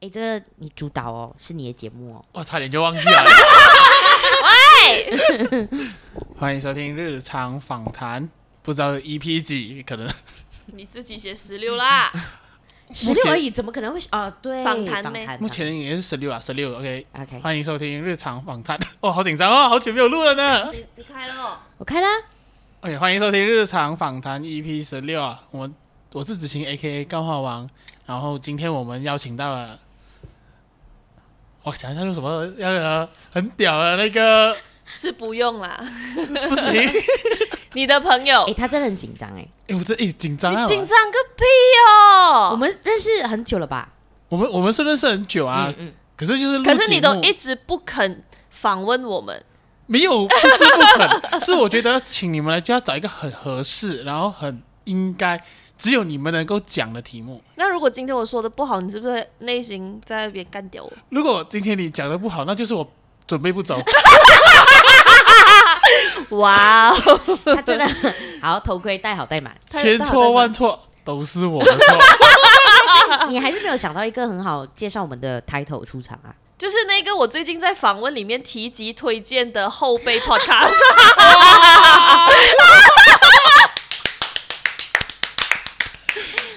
哎、这个你主导哦，是你的节目哦。我差点就忘记 了。 欢迎收听日常访谈，不知道 EP 几，可能你自己写十六啦，十六而已，怎么可能会是？哦，对，访谈访呗谈目前也是十六啊，十六。OK，访谈 OK，欢迎收听日常访谈。哦，好紧张哦，好久没有录了呢。你你开了，我开啦。 OK，欢迎收听日常访谈 EP 十六啊，我我是子晴 AKA 钢化王，然后今天我们邀请到了。我想一下用什么要呃很屌的那个是不用啦。不行， 你的朋哎、友，他真的很紧张哎。哎、我这一紧张啊！你我紧张个屁我哦！们认识很久了吧？我们我们是认识很久啊，嗯嗯，可是就是录可是你节目都一直不肯访问我们，没有不是不肯， 是我觉得请你们来就要找一个很合适，然后很应该只有你们能够讲的题目。那如果今天我说的不好，你是不是内心在那边干掉我？如果今天你讲的不好，那就是我准备不 周。哦哇， 他真的好，头盔戴好戴满。太千 错万错都是我的 错。你还是没有想到一个很好介绍我们的 title 出场 啊？就是那个我最近在访问里面提及推荐的后辈 podcast，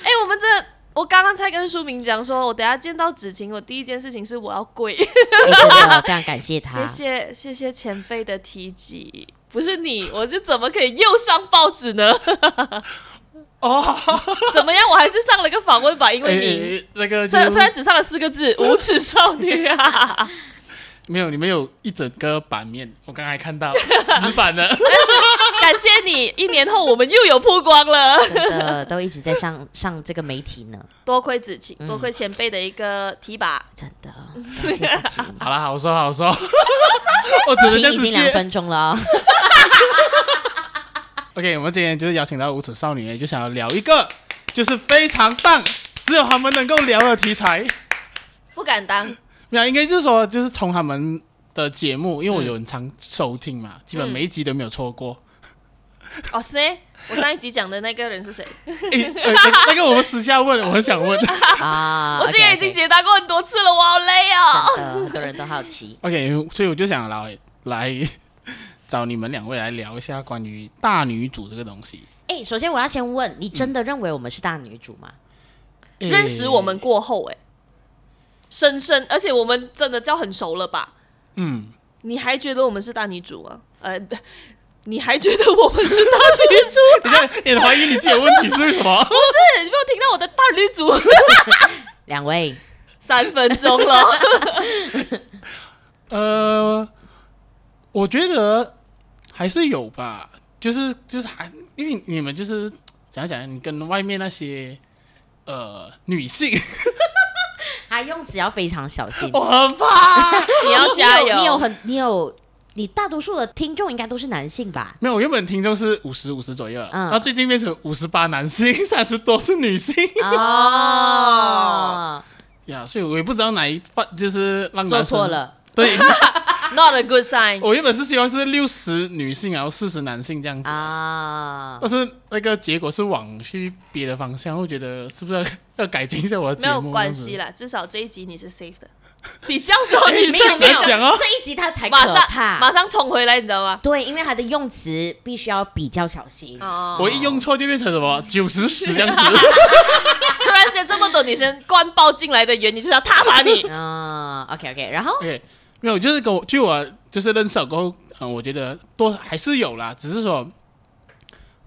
哎、我们这我刚刚才跟书明讲说，我等下见到子晴，我第一件事情是我要跪，哎真的非常感谢他谢。谢谢谢前辈的提及，不是你，我是怎么可以又上报纸呢？哦， 怎么样，我还是上了个访问吧，因为你。诶那哎个就虽然虽然只上了四个字“无耻少女”啊， 没有，你们有一整个版面，我刚才看到纸版 的。感谢你，一年后我们又有曝光了。真的都一直在上上这个媒体呢，多亏子晴，多嗯亏前辈的一个提拔。真的感谢自己。好了，好说好说， 我只能这亲样已子经两接。分钟 了哦， OK，我们今天就是邀请到无耻少女，就想要聊一个就是非常棒，只有他们能够聊的题材。不敢当，没有，应该就是说，就是从他们的节目，因为我有很常收听嗯嘛，基本每一集都没有错过。哦是欸，我上一集讲的那个人是谁？诶呃那那个我们私下问，我很想 问。啊，我之前已经 OK，OK，解答过很多次了，我好累哦。真的很多人都好奇。 OK，所以我就想来来找你们两位来聊一下关于大女主这个东西。哎、首先我要先问，你真的认为我们是大女主吗？诶认识我嗯们，过后，哎，深深，而且我们真的叫很熟了吧？嗯， 你还觉得我们是大女主啊？呃， 不你还觉得我们是大女主？ 你看，你怀疑你自己的问题是什么？不是，你没有听到我的大女主两位，三分 钟了。呃，我觉得还是有吧，就是就是还因为你们就是讲讲，你跟外面那些呃女性，他用词要非常小心。我很怕。你要加哦你有油！你有很，你有，你大多数的听众应该都是男性吧？ 没有，我原本听众是五十五十左右，嗯然后最近变成五十八男性， 三十多是女性哦，呀，所以我也不知道哪一半就是让说男生错。了， 对， Not a 哦 good sign。我原本是希望是六十女性，然后四十男性这样子，啊但，是那个结果是往去别的方向，我觉得是不是要要改进一下我的没节目？有关系了，啦，至少这一集你是 safe 的。你这样 说女没生有没没有有，在讲哦这一集他才马可上马怕。上冲回来，你知道吗？对，因为他的用词必须要比较小心。。哦，我一用错就变成什么九十十这样子。突然间这么多女生灌爆进来的原因就是要踏伐你啊，OK OK，然后 OK，没有，就是跟我据我就是认识了过后，嗯，我觉得多还是有啦，只是说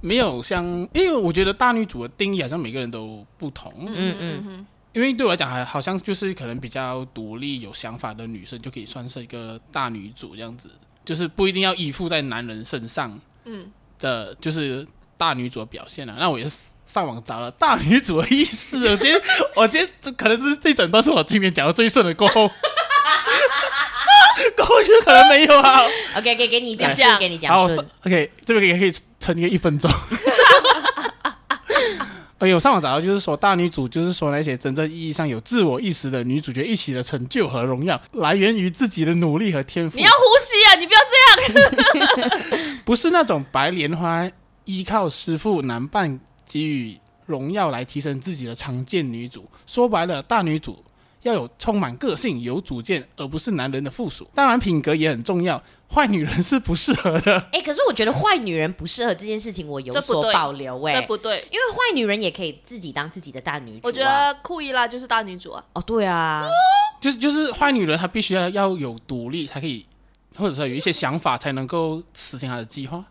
没有像，因为我觉得大女主的定义好像每个人都不同，嗯嗯嗯，因为对我来讲，还好像就是可能比较独立、有想法的女生就可以算是一个大女主这样子，就是不一定要依附在男人身上，嗯，的，就是大女主的表现啊。那我也是上网找了大女主的意思，我今天我今天这可能是这整段是我今天讲的最顺的过后， 过后就可能没有啊。嗯，OK OK，给你讲这样顺，给你好讲我上顺。 ，OK，这边也可以撑一个一分 钟。哎，我上网找到，就是说大女主，就是说那些真正意义上有自我意识的女主角一起的成就和荣耀，来源于自己的努力和天赋你要，呼吸啊！你不要这样。不是那种白莲花依靠师傅男伴给予荣耀来提升自己的常见女主。说白了，大女主要有充满个性、有主见，而不是男人的附属。当然，品格也很重要，坏女人是不适合的。哎、可是我觉得坏女人不适合这件事情，我有这不所对保留哎、这不对。因为坏女人也可以自己当自己的大女主、啊。我觉得库伊拉就是大女主啊，哦，对啊，就是就是坏女人，她必须要要有独立，才可以，或者说有一些想法，才能够实行她的计划。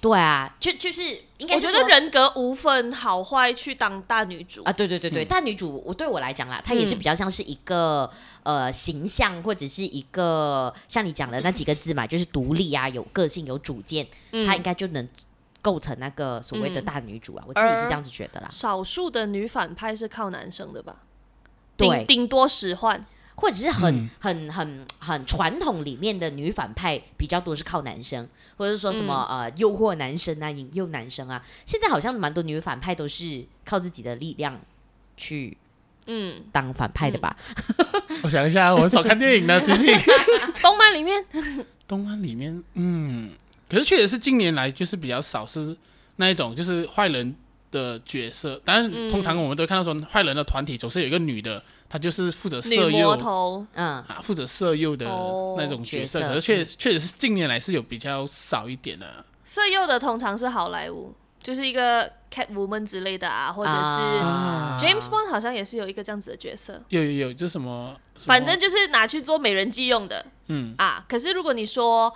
对啊，就就是应该我是觉说得人格无分好坏去当大女主啊，对对对对，大女主我对我来讲啦，她也是嗯比较像是一个、呃形象，或者是一个像你讲的那几个字嘛，就是独立啊，有个性，有主见，她应该就能构成那个所谓的嗯大女主啊。我自己是这样子觉得啦，少数的女反派是靠男生的吧？对顶顶多使唤。或者是很、嗯很很很传统里面的女反派比较多是靠男生，或者是说什么、嗯呃诱惑男生啊，引诱男生啊。现在好像蛮多女反派都是靠自己的力量去嗯，当反派的吧？我想一下，我很少看电影 的，最近。啊动漫里面东安里面，嗯，可是确实是近年来就是比较少是那一种就是坏人的角色，但是通常我们都看到说坏人的团体总是有一个女的，她就是负责女 色诱魔头，嗯，啊，负责色诱的那种角色，哦角色可是确确实是近年来是有比较少一点的、啊色诱的通常是好莱坞，就是一个 Catwoman 之类的啊，或者是啊 James Bond 好像也是有一个这样子的角色，有有有，就什么，什么反正就是拿去做美人计用的嗯，啊。可是如果你说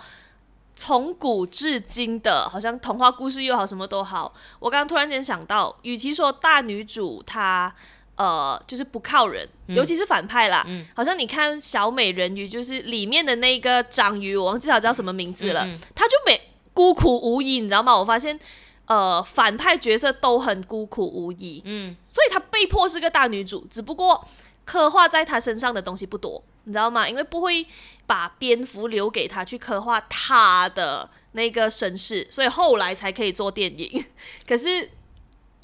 从古至今的，好像童话故事又好，什么都好，我刚刚突然间想到，与其说大女主她。呃，就是不靠人，嗯尤其是反派啦。好像你看《小美人鱼》，就是里面的那个章鱼，我忘记他叫什么名字了。嗯嗯他就没孤苦无依，你知道吗？我发现，呃，反派角色都很孤苦无依，嗯，所以她被迫是个大女主，只不过刻画在她身上的东西不多，你知道吗？因为不会把蝙蝠留给她去刻画她的那个身世，所以后来才可以做电影。 可是。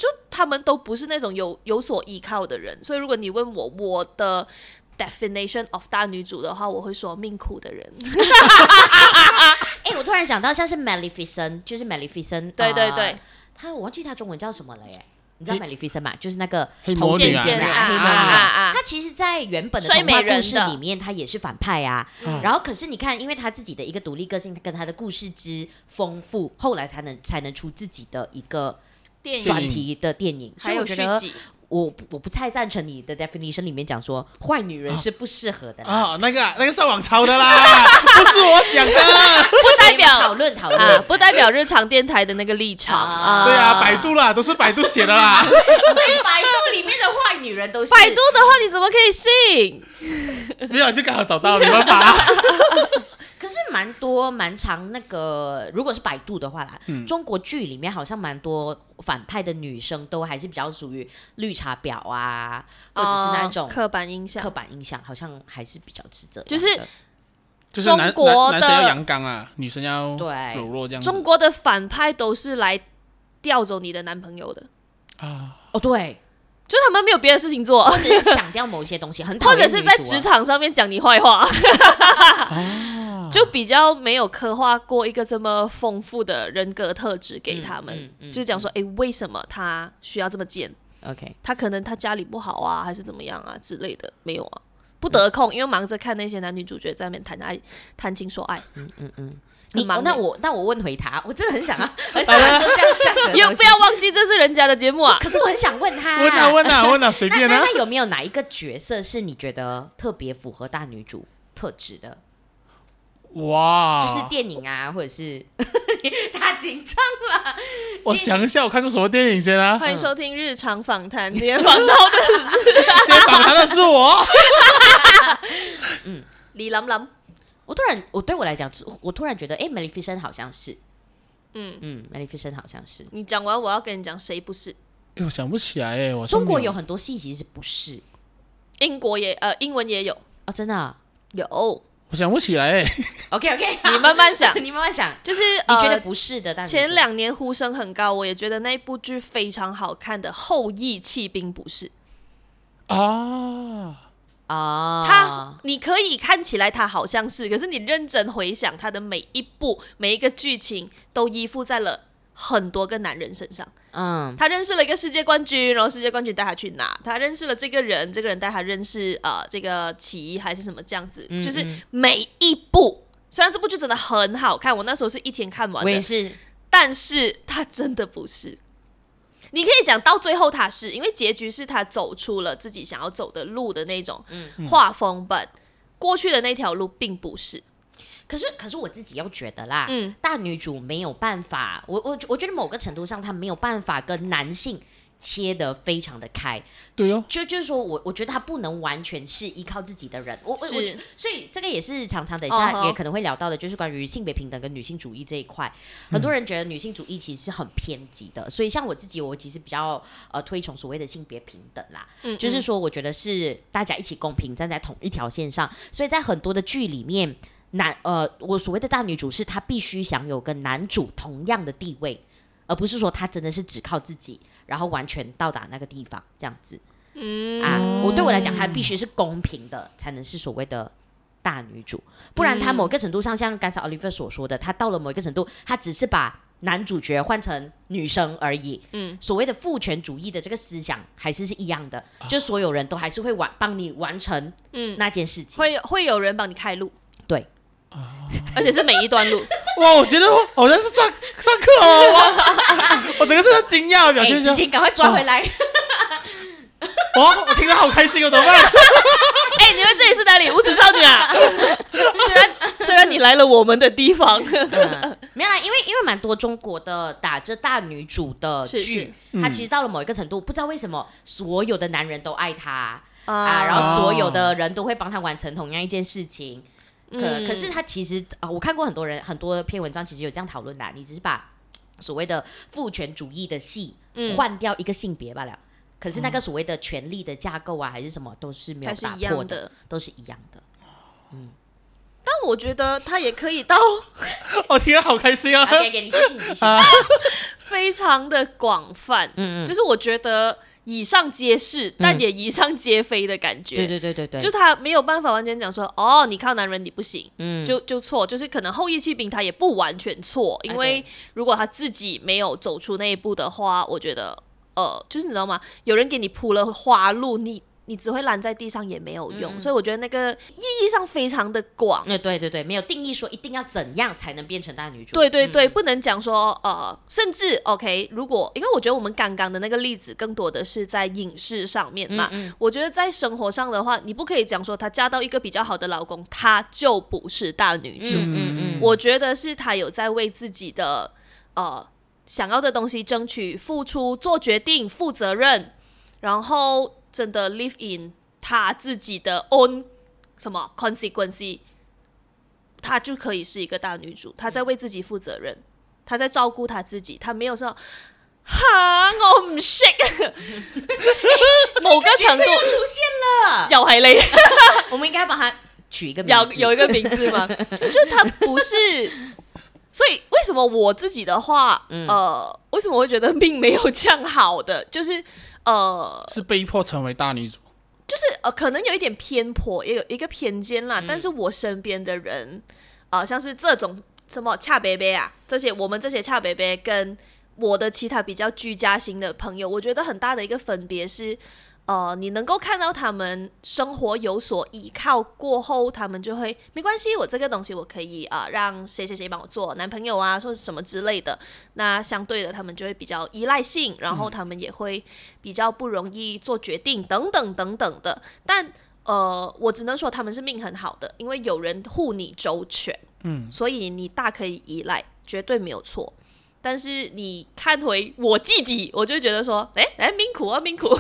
就他们都不是那种有有所依靠的人，所以如果你问我我的 definition of 大女主的话，我会说命苦的人。 哎、我突然想到，像是 Maleficent，就是 Maleficent，对对呃对，他我忘记他中文叫什么了耶。你知道黑 Maleficent 嘛？就是那个黑魔头女巾啊剑那个黑魔啊女啊啊她其实，在原本的睡童话美人故事的里面，她也是反派啊。嗯然后，可是你看，因为她自己的一个独立个性，跟她的故事之丰富，后来才能才能出自己的一个电专影题的电影。所还以我有觉续得，集，我不我不太赞成你的 definition 里面讲说坏女人是不适合的啦。啊、那个啊那个上网抄 的啦，不是我讲的，不代讨表论讨论。啊，不代表日常电台的那个立场啊啊。对啊，百度啦，都是百度写的 啦，所以百度里面的坏女人都是百度的话，你怎么可以信？没有就刚好找到，没办法、可是蛮多蛮长那个，如果是百度的话啦，中国剧里面好像蛮多反派的女生都还是比较属于绿茶婊啊，或者是那哦种刻板印象刻。板印象，好像还是比较是这样的。就是 就是男中国男的男生要阳刚啊，女生要对柔弱这样子。中国的反派都是来调走你的男朋友的，啊，哦，对，就他们没有别的事情 做，或者是抢掉某些东西，很讨或厌啊者是在职场上面讲你坏话，啊 就比较没有刻画过一个这么丰富的人格特质给他们。嗯嗯嗯就讲说，诶，为什么他需要这么贱？女主啊。OK，他可能他家里不好啊，还是怎么样啊之类的，没有啊，不得空，因为忙着看那些男女主角在那边谈爱、谈情说爱，你很忙哦那欸我那我问回他，我真的很 想啊，很想说这样这样子的 又东西不要忘记这是人家的节目啊。可是我很想问他，问啊问啊问啊，随那便那 啊。那有没有哪一个角色是你觉得特别符合大女主特质的？哇，就是电影啊，或者是 他紧张。啊我想一下，我看过什么电影先啊？ 欢迎收听日常 访谈，今天访到的是今天访谈的是我，李朗朗，我突然，我对我来讲，我突然觉得，哎、m a l e f i c e n t 好像是，嗯嗯，Maleficent 好像是。你讲完我要跟你讲谁不是？ 哎，我想不起来哎，我中国有很多戏其实不是英国也呃，英文也有哦，真的啊、有，我想不起来哎， OK OK，，你慢慢想你慢慢想，就是你觉得呃。不是的，但你前说两年呼声很高，我也觉得那部剧非常好看的《后羿弃兵》不是哎啊，啊，他，你可以看起来他好像是，可是你认真回想他的每一步、每一个剧情，都依附在了《很多个男人身上。嗯他认识了一个世界冠军，然后世界冠军带他去哪？他认识了这个人，这个人带他认识呃这个棋还是什么这样子，嗯就是嗯每一部。虽然这部剧真的很好看，我那时候是一天看完我也的，是，但是它真的不是。你可以讲到最后，他是因为结局是他走出了自己想要走的路的那种嗯画风本，过去的那条路并不是。可是可是我自己又觉得啦，嗯大女主没有办法，我我我觉得某个程度上她没有办法跟男性切得非常的开，对哦，就就是说我我觉得她不能完全是依靠自己的人，我我我是觉所以这个也是常常等一下嗯哼也可能会聊到的，就是关于性别平等跟女性主义这一块，嗯很多人觉得女性主义其实是很偏激的，所以像我自己，我其实比较呃推崇所谓的性别平等啦，嗯，就是说，我觉得是大家一起公平，站在同一条线上。所以在很多的剧里面，男呃，我所谓的大女主是她必须享有跟男主同样的地位，而不是说她真的是只靠自己，然后完全到达那个地方这样子。嗯啊，我对我来讲，她必须是公平的，才能是所谓的。大女主，不然嗯她某个程度上，像刚才 Oliver 所说的，她到了某一个程度，她只是把男主角换成女生而已，所谓的父权主义的这个思想还是是一样的，啊就所有人都还是会完帮你完成嗯那件事情。会会有人帮你开路，对，而且是每一段路。哇，我觉得我好像是上上课哦，哇我 整个是在哦惊讶的表哎，现一下子，晴，赶快抓回来！哎哇，我听得好开心哦，怎么办？哎、你们这里是哪里？五指少女啊！虽然虽然你来了我们的 地 方，嗯没有啦，因为因为蛮多中国的打着大女主的是剧，是她其实到了某一个程度，不知道为什么所有的男人都爱她啊，啊然后所有的人都会帮她完成同样一件事情。嗯可可是他其实啊、我看过很多人很多篇文章，其实有这样讨论的啊、你只是把所谓的父权主义的戏嗯换掉一个性别罢了。可是那个所谓的权力的架构啊，还是什么，都是没有还是打一破样的，的。都是一样 的。但我觉得他也可以到我听得好开心啊！ OK，给你继续，你继 续。啊，非常的广泛，嗯嗯，就是我觉得以上皆是，但也以上皆非的感觉。对对对对对，就他没有办法完全讲说，哦，你靠男人你不行，嗯就就错，就是可能后羿弃兵他也不完全错，因啊为如果他自己没有走出那一步的话，我觉得，呃，就是你知道吗？有人给你铺了花路，你你只会烂在地上也没有用，嗯所以我觉得那个意义上非常的广。那嗯对对对，没有定义说一定要怎样才能变成大女主。对对嗯对，不能讲说呃，甚至 OK，如果因为我觉得我们刚刚的那个例子更多的是在影视上面嘛，嗯我觉得在生活上的话，你不可以讲说她嫁到一个比较好的老公，她就不是大女主。嗯，嗯嗯嗯，我觉得是她有在为自己的呃想要的东西争取、付出、做决定、负责任，然后真的 live in 她自己的 own 什么 consequence，她就可以是一个大女主，她在为自己负责任，她在照顾她自己，她没有说。哈，我唔 识，某个程度又出现了，又系你。我们应该帮他取一个名有字。有一个名字 吗？就他不是，所以为什么我自己的话，嗯呃，为什么我会觉得并没有这样好的，就是呃，是被迫成为大女主，就是呃，可能有一点偏颇，也有一个偏见啦。但是我身边的人，啊、像是这种什么恰贝贝啊，这些我们这些恰贝贝跟我的其他比较居家型的朋友，我觉得很大的一个分别是，呃，你能够看到他们生活有所依靠过后，他们就会没关系，我这个东西我可以啊、让谁谁谁帮我做，男朋友啊，或者什么之类的。那相对的，他们就会比较依赖性，然后他们也会比较不容易做决定，等等等等的。但呃，我只能说他们是命很好的，因为有人护你周全，嗯，所以你大可以依赖，绝对没有错。但是你看回我自己，我就觉得说，哎哎，命苦啊，命苦，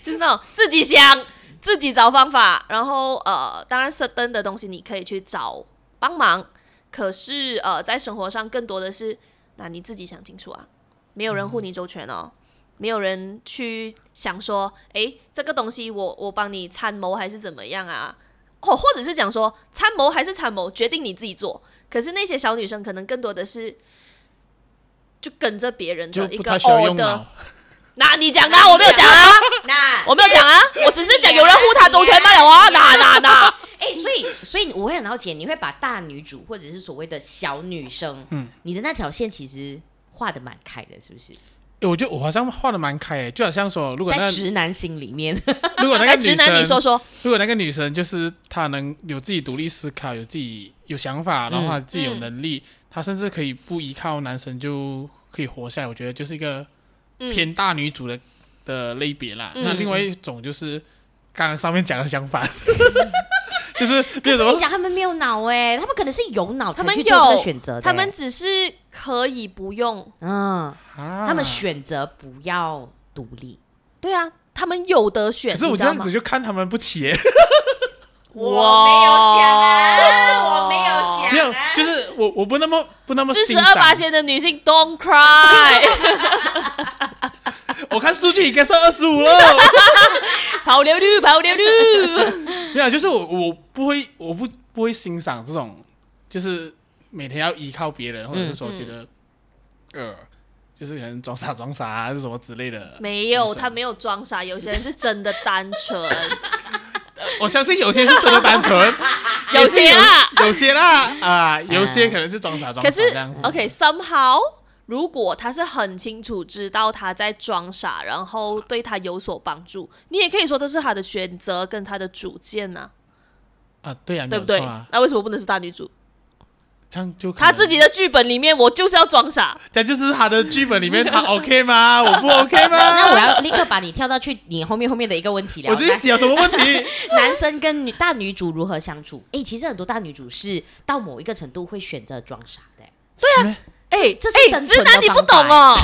就是那种自己想、自己找方法，然后呃，当然 certain 的东西你可以去找帮忙，可是呃，在生活上更多的是，那你自己想清楚啊，没有人护你周全哦。没有人去想说，诶，这个东西我我帮你参谋还是怎么样啊？或或者是讲说参谋还是参谋，决定你自己做。可是那些小女生可能更多的是就跟着别人就的一不个太需要用 order 脑。。那你讲的 啊，我没有讲啊， 那我没有讲 啊，我只是讲有人护她周全罢了 啊，那那那，哎、所以所以我会很好奇，你会把大女主或者是所谓的小女生，嗯，你的那条线其实画的蛮开的，是不是？诶我觉得我好像画的蛮开诶，就好像说，如果那在个直男心里 面，如果那来，个女哎生，直男，你说说，如果那个女生就是她能有自己独立思考，有自己有想法，然后她自己嗯有能力，她甚至可以不依靠男生就可以活下来。我觉得就是一个嗯，偏大女主的、的类别啦。嗯那另外一种就是刚刚上面讲的相 反，就是没有跟什你么讲，他们没有脑哎、他们可能是有脑才他们去做这个有选择的、欸他们只是可以不用，嗯，啊，他们选择不要独立。对啊，他们有得选，可是我你知这道样吗子？就看他们不起耶，哇我没有讲啊我没有讲没有，就是我我不那么不那么四欣十二八赏。线的女性 ，Don't cry，我看数据应该是二十五 了。跑流率，跑 流率。没有，就是我我不会，我不不会欣赏这种，就是每天要依靠别人，或者是说觉嗯得，呃，就是可能装傻装傻啊，还是什么之类的。没有，女生他没有装傻，有些人是真的单纯，我相信有些是真的单纯， 有些啦。有些啦啊， 有些可能是装傻装可傻是这样子。 ，OK somehow，如果他是很清楚知道他在装傻，然后啊对他有所帮助，你也可以说这是他的选择跟他的主见呐、啊，对呀、啊，对不对没有错啊？那为什么不能是大女主？这样就可能他自己，的剧本里面，我就是要装傻，这就是他的剧本里面，他 OK 吗？我不 OK 吗？那我要立刻把你跳到去你后面后面的一个问题聊。我就是来想有什么问 题？男生跟女大女主如何相处？哎、其实很多大女主是到某一个程度会选择装傻的、欸对啊，哎、这是哎、生存的欸直男你不懂哦，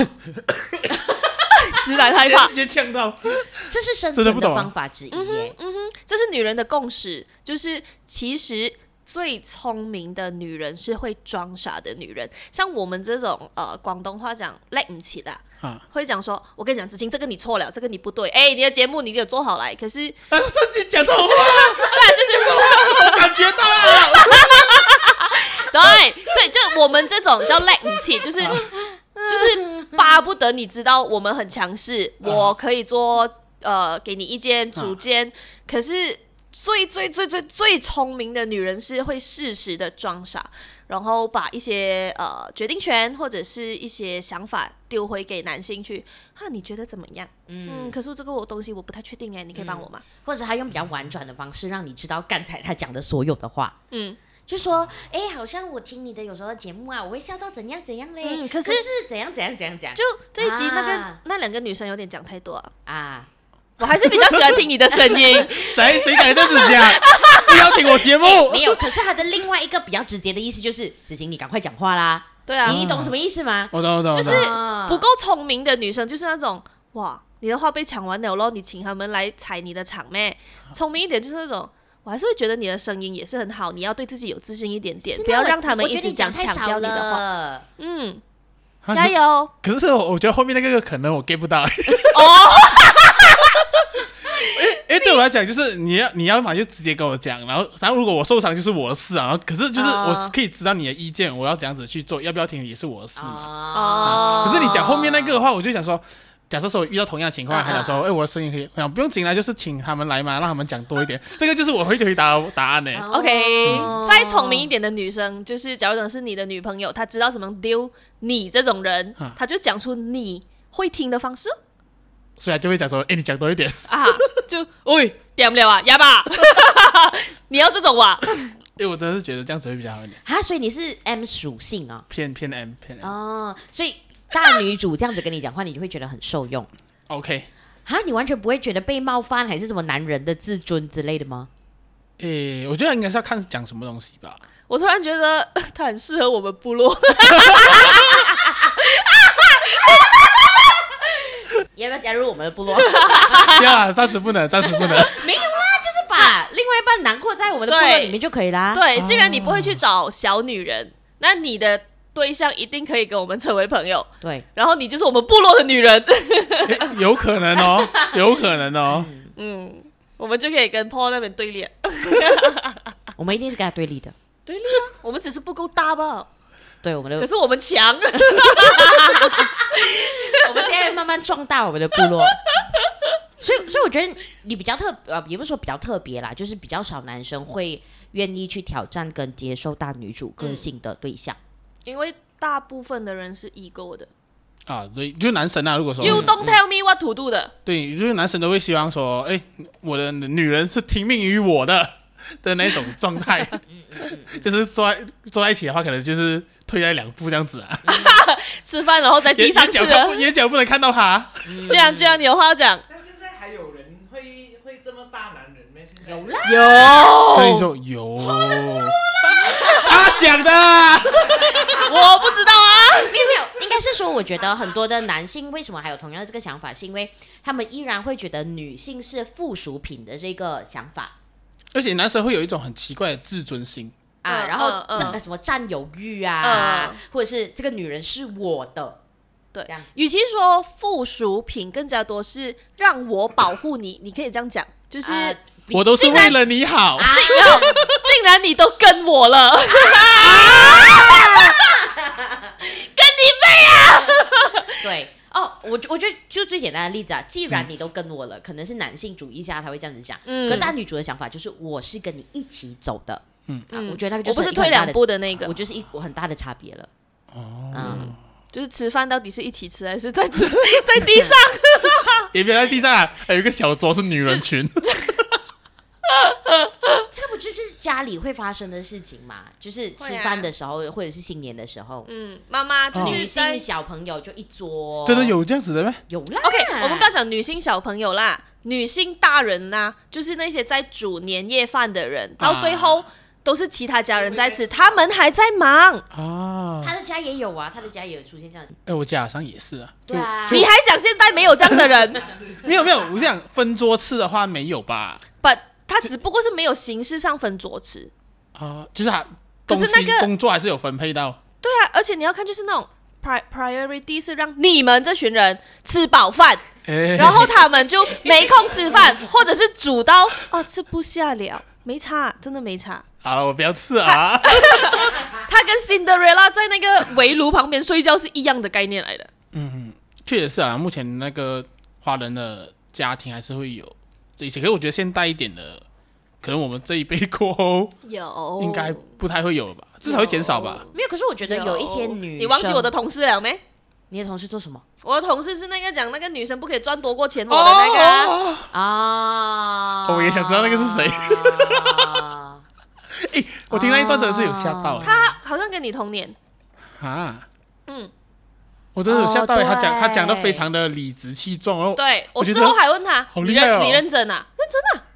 直男害怕直，接呛到。这是生真的不存的懂啊方法之嗯一、耶。这是女人的共识，就是其实最聪明的女人是会装傻的女人，像我们这种呃广东话讲赖唔起啦。啊会讲说，我跟你讲，子晴，这个你错了，这个你不对。哎、你的节目你有做好来，可是啊，对自己讲这种话，啊，就是我感觉到了。对，所以就我们这种叫赖唔起， 就是就是巴不得你知道我们很强势，我可以做呃给你意见主见，可是最最最最最聪明的女人是会适时的装傻，然后把一些呃决定权或者是一些想法丢回给男性去，哈，你觉得怎么样？嗯，可是这个我东西我不太确定哎，你可以帮我吗？或者他用比较婉转的方式让你知道刚才他讲的所有的话，嗯，就说，哎、好像我听你的有时候节目啊，我会笑到怎样怎样嘞，嗯可是怎样怎样怎样怎样就这一集那个、啊那两个女生有点讲太多啊，啊，我还是比较喜欢听你的声 音。谁谁敢这样子讲？不要听我节目。哦没有。可是他的另外一个比较直接的意思就是，子晴你赶快讲话啦，对啊，你懂什么意思吗？啊我懂，我懂，就是我懂嗯不够聪明的女生就是那种哇，你的话被抢完了咯，你请他们来踩你的场咩？聪明一点就是那种。我还是会觉得你的声音也是很好，你要对自己有自信一点点，是不要那个让他们我觉一得直你讲太强少调你的话。了。嗯，啊加你油哦！可是我我觉得后面那个可能我 get 不到。 因为对我来讲，就是你要你要嘛就直接跟我讲，然后然后如果我受伤就是我的事啊，然后可是就是哦我可以知道你的意见，我要怎样子去做，要不要听也是我的事嘛。啊哦可是你讲后面那个的话，我就想说，假设说我遇到同样的情况，嗯还想说，哎，我的声音可以，我想不用紧啦，就是请他们来嘛，让他们讲多一点，这个就是我会回答的答案呢。 OK，、再哦聪明一点的女生，就是假如讲是你的女朋友，她知道怎么丢你这种人，啊她就讲出你会听的方式所以他就会讲说，哎，你讲多一点。啊，就喂点不了啊，哑巴， 你要这种啊哇、哎，我真的是觉得这样子会比较好一点，嗯啊，所以你是 M 属性啊、偏偏 M 偏 M。哦，所以大女主这样子跟你讲话，你就会觉得很受用 OK。啊，你完全不会觉得被冒犯，还是什么男人的自尊之类的吗？诶、我觉得应该是要看讲什么东西吧。 我突然觉得他很适合我们部落，你要不要加入我们的部落？不要啦，暂时不能，暂时不 能。 没有啦，就是把另外一半囊括在我们的部落对里面就可以啦。 对，既然你不会去找小女人，那你的对象一定可以跟我们成为朋友，对，然后你就是我们部落的女人， 诶有可能哦，有可能哦。嗯，我们就可以跟 Paul 那边对立，我们一定是跟他对立的。对立啊，我们只是不够大吧，对，我们 可的，是我们强， 我们现在慢慢壮大我们的部 落。所以，所以我觉得你比较特呃，也不是说比较特别啦，就是比较少男生会愿意去挑战跟接受大女主个性的对象。因为大部分的人是 ego 的，啊，对，就是男神啊。如果说 You don't tell me what to do 的，对，就是男神都会希望说，哎，我的女人是听命于我的的那种状态，嗯 就是坐在坐在一起的话，可能就是退在两步这样子啊，吃饭然后在眼地上眼吃啊角看不了。眼角不能看到他，这样这样，你有话要讲？但现在还有人会会这么大男人吗？现在有啦，有，哦跟你说有，他讲的，我不知道啊。没有没有，应该是说，我觉得很多的男性为什么还有同样的这个想法，是因为他们依然会觉得女性是附属品的这个想法而且男神会有一种很奇怪的自尊心，啊，嗯然后嗯这、嗯什么占有欲啊，嗯或者是这个女人是我的，对这样子。与其说附属品，更加多是让我保护你，你可以这样讲，就是、啊我都是为了你好，啊，竟然 竟然你都跟我了，跟你对哦，我我觉得就最简单的例子啊，既然你都跟我了，可能是男性主义下他会这样子讲，嗯可大女主的想法就是我是跟你一起走的，嗯啊嗯我觉得那个妹啊！我就不是一是个退很大两的，步的那个我，就是一股很大的差别了，哦，嗯，就是吃饭到底是一起吃还是在吃在 地上？也别在地上啊，还有一个小桌是女人群，这个不就就是家里会发生的事情嘛？就是吃会啊饭的时候，或者是新年的时候，嗯，妈妈啊就哦女是在性小朋友就一桌，真的有这样子的吗？有啦 OK，我们不要讲女性小朋友啦，女性大人啦，就是那些在煮年夜饭的人，到最啊后都是其他家人在吃，他们还在忙。啊，他的家也有啊，他的家也有出现这样子，哎，我家好像也是啊，对啊，你还讲现在没有这样 的人没有没有，我想分桌吃的话没有吧？ ，but 他只不过是没有形式上分桌吃。啊，就是他可东是那西个工作还是有分配到，对啊，而且你要看就是那种 pri priority 是让你们这群人吃饱饭， 然后他们就没空吃饭，或者是煮到哦吃不下了，没差，真的没差。好了，我不要吃啊， 他跟 Cinderella 在那个围炉旁边睡觉是一样的概念来的。确实是啊，目前那个华人的家庭还是会有这些，可是我觉得现代一点的，可能我们这一辈过后有应该不太会有了吧，哦至少会减少吧。没有。可是我觉得有一些女生，你忘记我的同事了没？你的同事做什么我的同事是那个讲那个女生不可以赚多过钱我的哦那个啊、啊？我也想知道那个是谁啊哎，我听那一段真的是有吓到啊，她好像跟你同年，啊，嗯，我真的有吓到哦欸，他讲他对讲的非常的理直气壮，然哦后对我我觉事得后还问她，好你厉害认哦你认真啊？认真啊？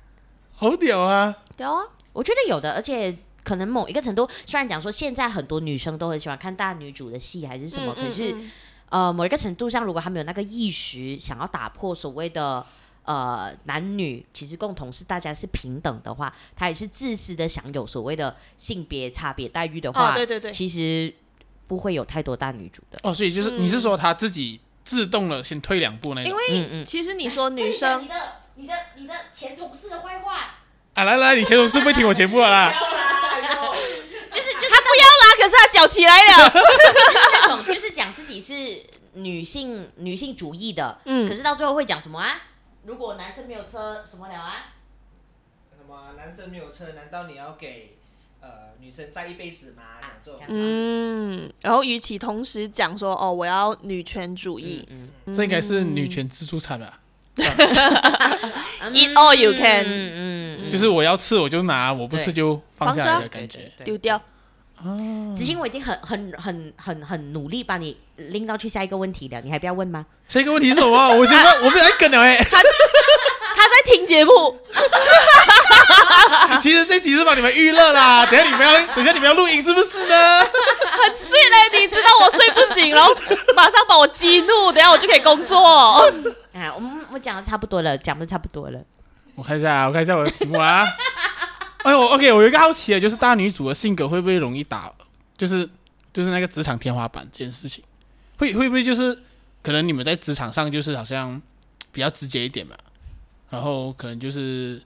好屌啊，屌啊！ 我觉得有的，而且可能某一个程度，虽然讲说现在很多女生都很喜欢看大女主的戏还是什么，嗯可是、嗯呃，某一个程度上，如果他们有那个意识，想要打破所谓的呃男女其实共同是大家是平等的话，他也是自私的享有所谓的性别差别待遇的嗯话，啊，对对对，其实不会有太多大女主的。哦，所以就是你是说他自己自动了先退两步那嗯因种为嗯嗯，其实你说女生的哎你的你的前同事的坏话，啊，来来，你前同事不会听我节目了啊啦。哎哎就是就是她不要啦，可是她搅起来 了，那种就是讲自己是女性女性主义的，嗯可是到最后会讲什么啊？如果男生没有车，什么了啊？什么男生没有车，难道你要给呃女生载一辈子吗？讲这啊这种样嗯，然后与其同时讲说哦，我要女权主义、嗯这应该是女权自助餐了，嗯 e a t all you can，、嗯嗯就是我要吃我就拿，我不吃就放下来对的感觉。。哦对对丢对掉，子欣，我已经很很很很很努力把你拎到去下一个问题了，你还不要问吗？下一个问题是 什么？啊我觉得我被来跟了哎、她在听节目，其实这集是把你们娱乐啦，等一下你们要，等一下你们要录音是不是呢？很碎嘞，你知道我睡不醒，然后马上把我激怒，等一下我就可以 工作。啊，我们我讲的差不多了，讲的差不多了。我看一下，我看一下我的题目啊。 哎我 OK，我有一个好奇的，就是大女主的性格会不会容易打，就是就是那个职场天花板这件事情，会会不会就是可能你们在职场上就是好像比较直接一点嘛，然后可能就是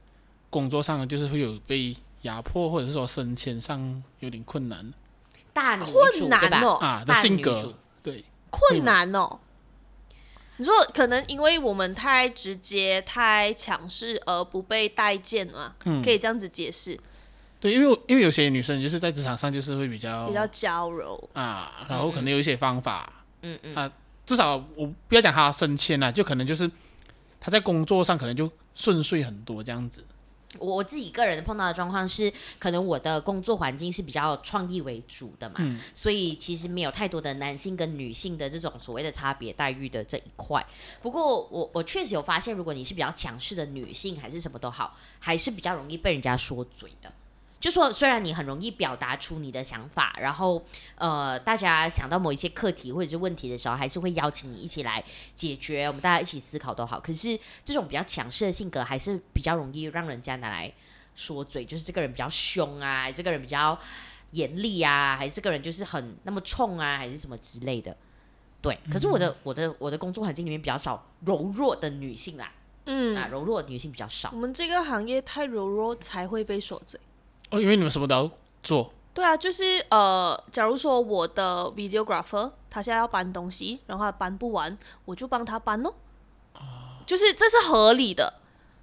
工作上就是会有被压迫，或者是说升迁上有点困难大女主困对吧嗯难哦，啊的性大女主格，对，困难哦。你说可能因为我们太直接、太强势而不被待见嘛，嗯可以这样子解释，对，因为我因为有些女生就是在哦职场上就是会比较比较娇柔。啊，然后可能有一些方法，嗯嗯，啊，至少我不要讲他升迁啊了，就可能就是他在工作上可能就顺遂很多这样子。我我自己个人碰到的状况是，可能我的工作环境是比较创意为主的嘛，嗯所以其实没有太多的男性跟女性的这种所谓的差别待遇的这一块。不过我我确实有发现，如果你是比较强势的女性，还是什么都好，还是比较容易被人家说嘴的。就说虽然你很容易表达出你的想法，然后呃，大家想到某一些课题或者是问题的时候，还是会邀请你一起来解决，我们大家一起思考都好。可是这种比较强势的性格，还是比较容易让人家拿来说嘴，就是这个人比较凶啊，这个人比较严厉啊，还是这个人就是很那么冲啊，还是什么之类的。对，可是我的、我的我的工作环境里面比较少柔弱的女性啦，啊，嗯，柔弱的女性比较少我。们这个行业太柔弱才会被说嘴。哦，因为你们什么都要做，对啊，就是呃，假如说我的 videographer 他现在要搬东西，然后他搬不完，我就帮他搬咯。就是这是合理的。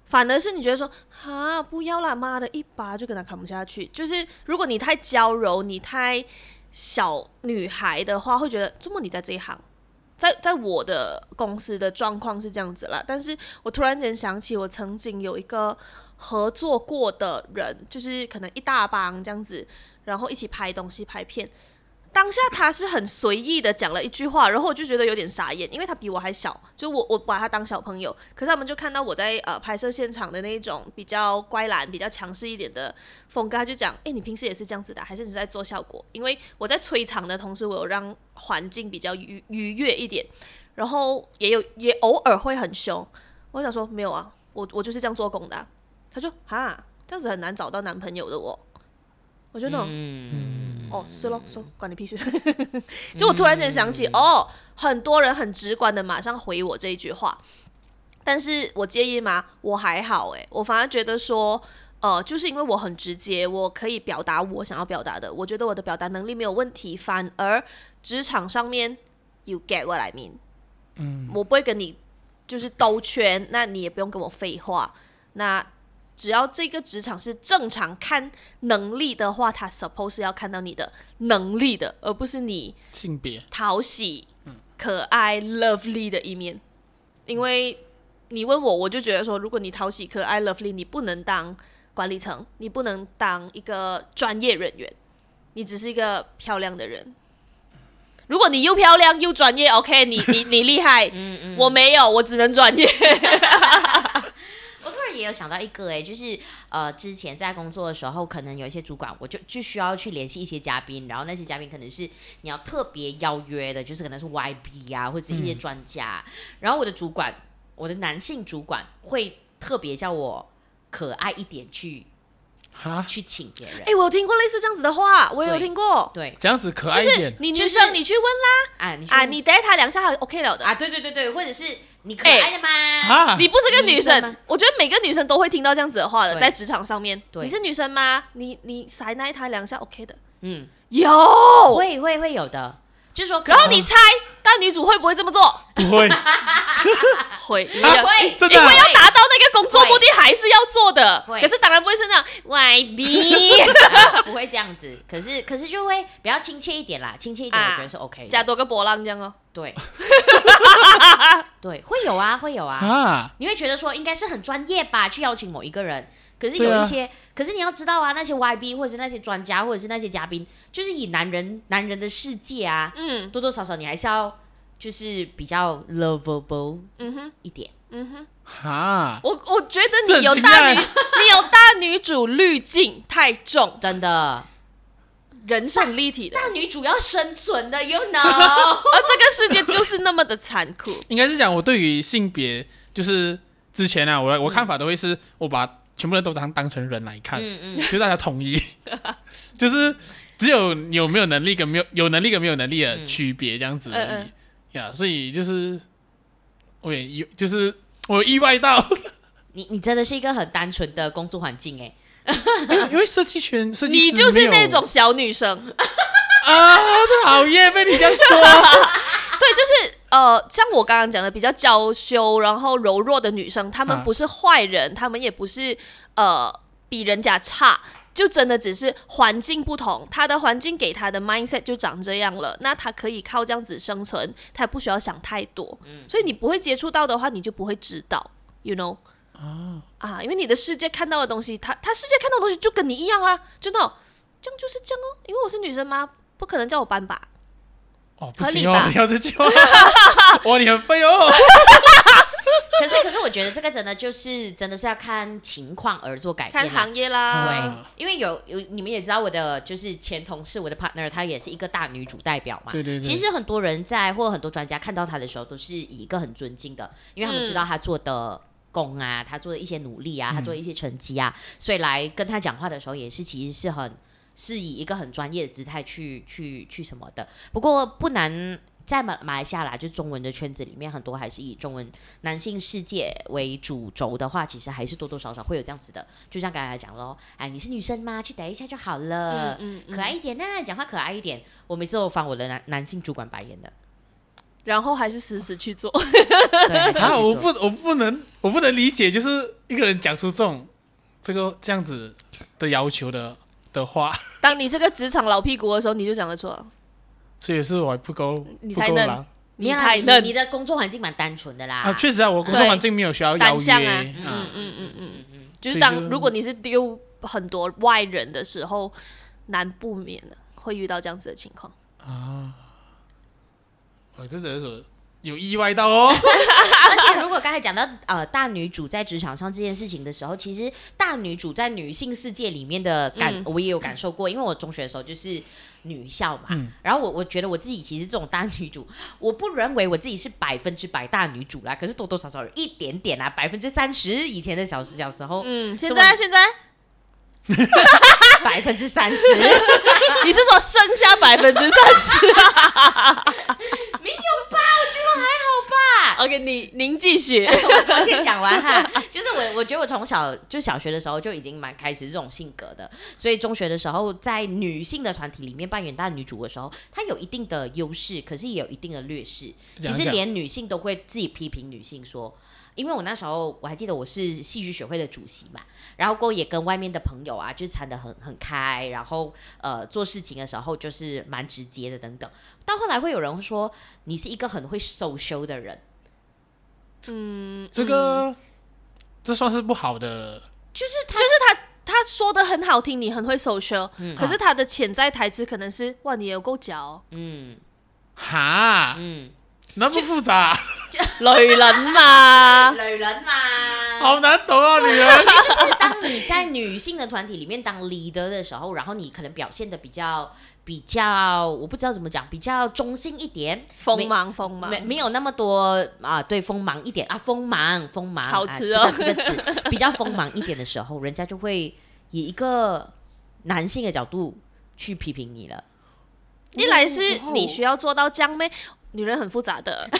反而是你觉得说，哈，不要啦，妈的，一把就跟他扛不下去。就是如果你太娇柔，你太小女孩的话，会觉得，怎么你在这一行？在在我的公司的状况是这样子啦，但是我突然间想起，我曾经有一个合作过的人，就是可能一大帮这样子，然后一起拍东西拍片。当下他是很随意的讲了一句话，然后我就觉得有点傻眼，因为他比我还小，就我我把他当小朋友，可是他们就看到我在呃拍摄现场的那一种比较乖懒、比较强势一点的风格，他就讲：“哎，你平时也是这样子的啊，还是你是在做效果？”因为我在吹场的同时，我有让环境比较愉愉悦一点，然后也有也偶尔会很凶。我想说没有啊，我我就是这样做工的啊、他就哈这样子很难找到男朋友的我，我就那种。嗯，哦，是咯，说关你屁事。 就我突然间想起，哦，很多人很直观的马上回我这一句话，但是我介意吗？我还好诶，我反而觉得说，呃，就是因为我很直接，我可以表达我想要表达的，我觉得我的表达能力没有问题，反而职场上面，you get what I mean，嗯，我不会跟你就是兜圈，那你也不用跟我废话，那。只要这个职场是正常看能力的话，他 suppose 是要看到你的能力的，而不是你性别讨喜、可爱、lovely 的一面。因为你问我，我就觉得说，如果你讨喜、可爱、lovely，你不能当管理层，你不能当一个专业人员，你只是一个漂亮的人。如果你又漂亮又专业，OK，你 嗯你你厉害，我没有，我只能专业。我突然也有想到一个哎、就是呃，之前在工作的时候，可能有一些主管，我就就需要去联系一些嘉宾，然后那些嘉宾可能是你要特别邀约的，就是可能是 YB 啊，或者是嗯一些专家。然后我的主管，我的男性主管会特别叫我可爱一点去哈，去请别人。哎、我有听过类似这样子的话，我也有对听过。对，这样子可就爱一是点，你就女是生，你去问啦啊，你说啊，你哎逮他两下还 OK 了的。啊，对对对对，或者是你可爱的吗？哈，你不是个女女生生吗，我觉得每个女生都会听到这样子的话的，对在职场上面。对你是女生吗？你你塞那一他两下 OK 的。嗯，有，会会会有的，就是说可然能，后你猜大女主会不会这么做？不 会，会，因为啊要真的因啊为要达到那个工作目的还是要做的。会可是当然不会是那样 YB 啊 不会这样子，可是可是就会比较亲切一点啦，亲切一点，啊我觉得是 OK 的。加多个波浪这样哦。 对，对，会有啊，会有啊。哈，你会觉得说应该是很专业吧，去邀请某一个人。可是对有啊一些，可是你要知道啊，那些 YB 或者是那些专家或者是那些嘉宾，就是以男人男人的世界啊，嗯多多少少你还是要就是比较 lovable 嗯哼一点。嗯哼，哈，我我觉得这你有很惊大讶女，你有大女主滤镜太重，真的，人是很立体的。大女主要生存的，you know。而这个世界就是那么的残酷。应该是讲我对于性别就是之前啊，我我看法都会是我把全部人都当当成人来看，嗯嗯，就大家统 一，就是只有有没有能力跟没有有能力跟没有能力的区别这样子而已嗯呀所以就是我也意就是我意外到， 你你真的是一个很单纯的工作环境哎、因为设计圈设计你师就是没那有种小女生，啊，讨厌被你这样 说，对，就是呃，像我刚刚讲的比较娇羞，然后柔弱的女生，她们啊不是坏人，她们也不是呃比人家差，就真的只是环境不同，他的环境给他的 mindset 就长这样了，那他可以靠这样子生存，他也不需要想太多。所以你不会接触到的话，你就不会知道，you know。啊，因为你的世界看到的东西，他他世界看到的东西就跟你一样啊，就那种这样就是这样哦，因为我是女生嘛，不可能叫我斑吧，哦，不合理行哦吧，你要这 句话，哇，你很废哦。可是可是我觉得这个真的就是真的是要看情况而做改变看哎啦行业啦，对啊，因为有有你们也知道我的就是前同事，我的 partner，她也是一个大女主代表嘛。对对对，其实很多人在或很多专家看到她的时候，都是以一个很尊敬的，因为他们知道她做的功啊，她做的一些努力嗯啊，她做的一些成绩啊，所以来跟她讲话的时候，也是其实是很是以一个很专业的姿态去去去什么的。不过不难。在马马来西亚啦，就中文的圈子里面，很多还是以中文男性世界为主轴的话，其实还是多多少少会有这样子的。就像刚才讲咯，哎，你是女生吗？去逮一下就好了。嗯嗯嗯可爱一点呐、讲话可爱一点。我每次都翻我的男男性主管白 眼的，然后还是死死去 做，对， 还是要啊，去我做不，我不能，我不能理解，就是一个人讲出这种这个这样子的要求的的话， 当你是个职场老屁股的时候，你就讲得出来，所以是我还不够，你不太够嫩狼没啊你有啦太你嫩你，的工作环境蛮单纯的啦。啊！确实啊，我工作对环境没有需要邀单约向啊啊嗯嗯嗯嗯，嗯嗯，就所是以当就如果你是丢很多外人的时候，难不免的会遇到这样子的情况。我这只是有意外到哦，而且如果刚才讲到呃大女主在职场上这件事情的时候，其实大女主在女性世界里面的感，我也有感受过，因为我中学的时候就是女校嘛，然后我我觉得我自己其实这种大女主，我不认为我自己是百分之百大女主啦，可是多多少少有一点点啦，百分之三十以前的小时小时候，嗯，现这在么现在百分之三十。 你是说剩下百分之三十？OK，你您继 续。我先讲完哈，就是我，我觉得我从小就小学的时候就已经蛮开始这种性格的，所以中学的时候在女性的团体里面扮演大女主的时候，她有一定的优势，可是也有一定的劣势。其讲实讲连女性都会自己批评女性说。因为我那时候我还记得我是戏剧学会的主席嘛，然后过后也跟外面的朋友啊，就是缠得很很开，然后呃做事情的时候就是蛮直接的等等。到后来会有人说你是一个很会 social 的人，嗯这个这算是不好的，就是他他说的很好听，你很会 social，、可是他的潜在台词可能是哇，你也够嚼、哦， 嗯哈，嗯，那么复杂，女人 嘛，女人嘛，好难懂啊，女人。就是当你在女性的团体里面当 leader 的时候，然后你可能表现的比较比较，我不知道怎么讲，比较中性一点，锋芒锋芒没，没有那么多啊，对，锋芒一点啊，锋芒锋芒，好啊吃哦这个这个词比较锋芒一点的时候，人家就会以一个男性的角度去批评你了。一来是你需要做到这样咩？女人很复杂 的，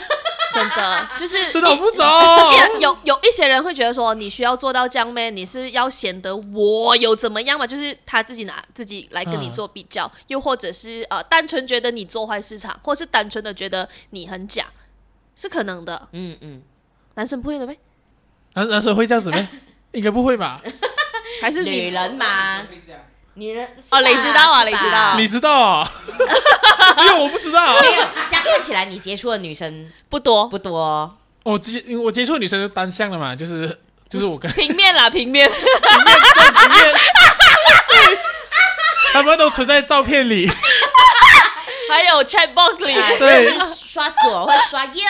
真的就 是真的好复杂一 哦，人有有一些人会觉得说，你需要做到这样咩？你是要显得我有怎么样嘛？就是他自己拿自己来跟你做比较，嗯又或者是呃，单纯觉得你做坏市场，或是单纯的觉得你很假，是可能的。嗯嗯，男生不会的咩？男男生会这样子吗？应该不会吧？还是女你人嘛，会这样，女人哦雷知道啊是吧雷知道啊你知道啊？ 只有我不知道。没有，这样看起来你接触的女生不多？不多哦。我直接因为我接触的女生就单向了嘛，就是就是我跟平面 啦，平面。前面，他们都存在照片里，还有 chat box 里，哎对就是刷左或刷右，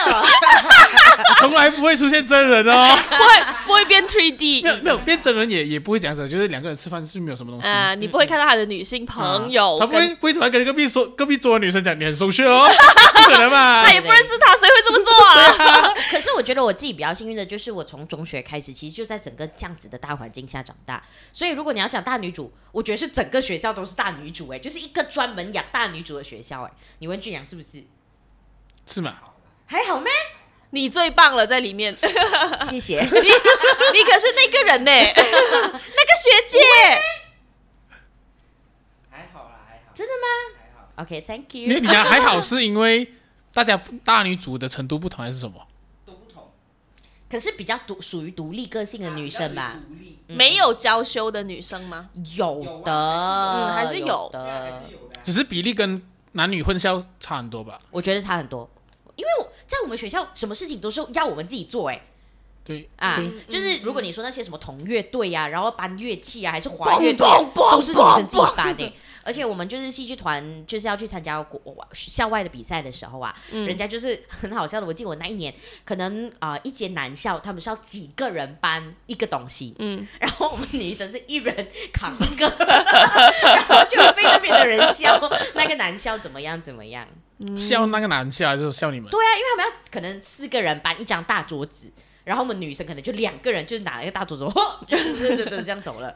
从来不会出现真人哦。不会不会变3 D 没。有没有变真人也也不会讲什么，就是两个人吃饭是没有什么东西。啊、你不会看到他的女性朋啊嗯友，他不跟会不会突然跟隔壁说隔壁桌的女生讲你很熟悉哦，不可能吧他？也不认识他，谁会这么做啊？可是我觉得我自己比较幸运的就是，我从中学开始，其实就在整个这样子的大环境下长大。所以如果你要讲大女主，我觉得是整个学校都是大女主、哎，就是一个专门养大女主的学校、哎，你问俊阳是不是？是吗？还好咩？你最棒了，在里面，你谢谢。你可是那个人呢、那个学姐，还好啦，还好，真的吗还好。 ？OK，Thank、因为 you。你讲还好，是因为大家大女主的程度不同还是什么？都不同，可是比较独属于独立个性的女生吧，独立，嗯没有娇羞的女生吗？有啊的，嗯还是有对啊还的是，有的啊。只是比例跟男女混校差很多吧？我觉得差很多，因为我在我们学校什么事情都是要我们自己做、哎。对啊对，就是如果你说那些什么铜乐队呀、然后搬乐器啊，还是嘣华乐队啊，嘣嘣都是女生自己嘣搬的、 而且我们就是戏剧团，就是要去参加国校外的比赛的时候啊，嗯人家就是很好笑的。我记得我那一年，可能啊、呃一间男校他们是要几个人搬一个东西， 嗯，然后我们女生是一人扛一个， 然后就被那边的人笑 那个男校怎么样怎么样。嗯笑那个男校还是笑你们？对啊，因为他们要可能四个人搬一张大桌子，然后我们女生可能就两个人，就是拿一个大桌子，吼，对对对，这样走了。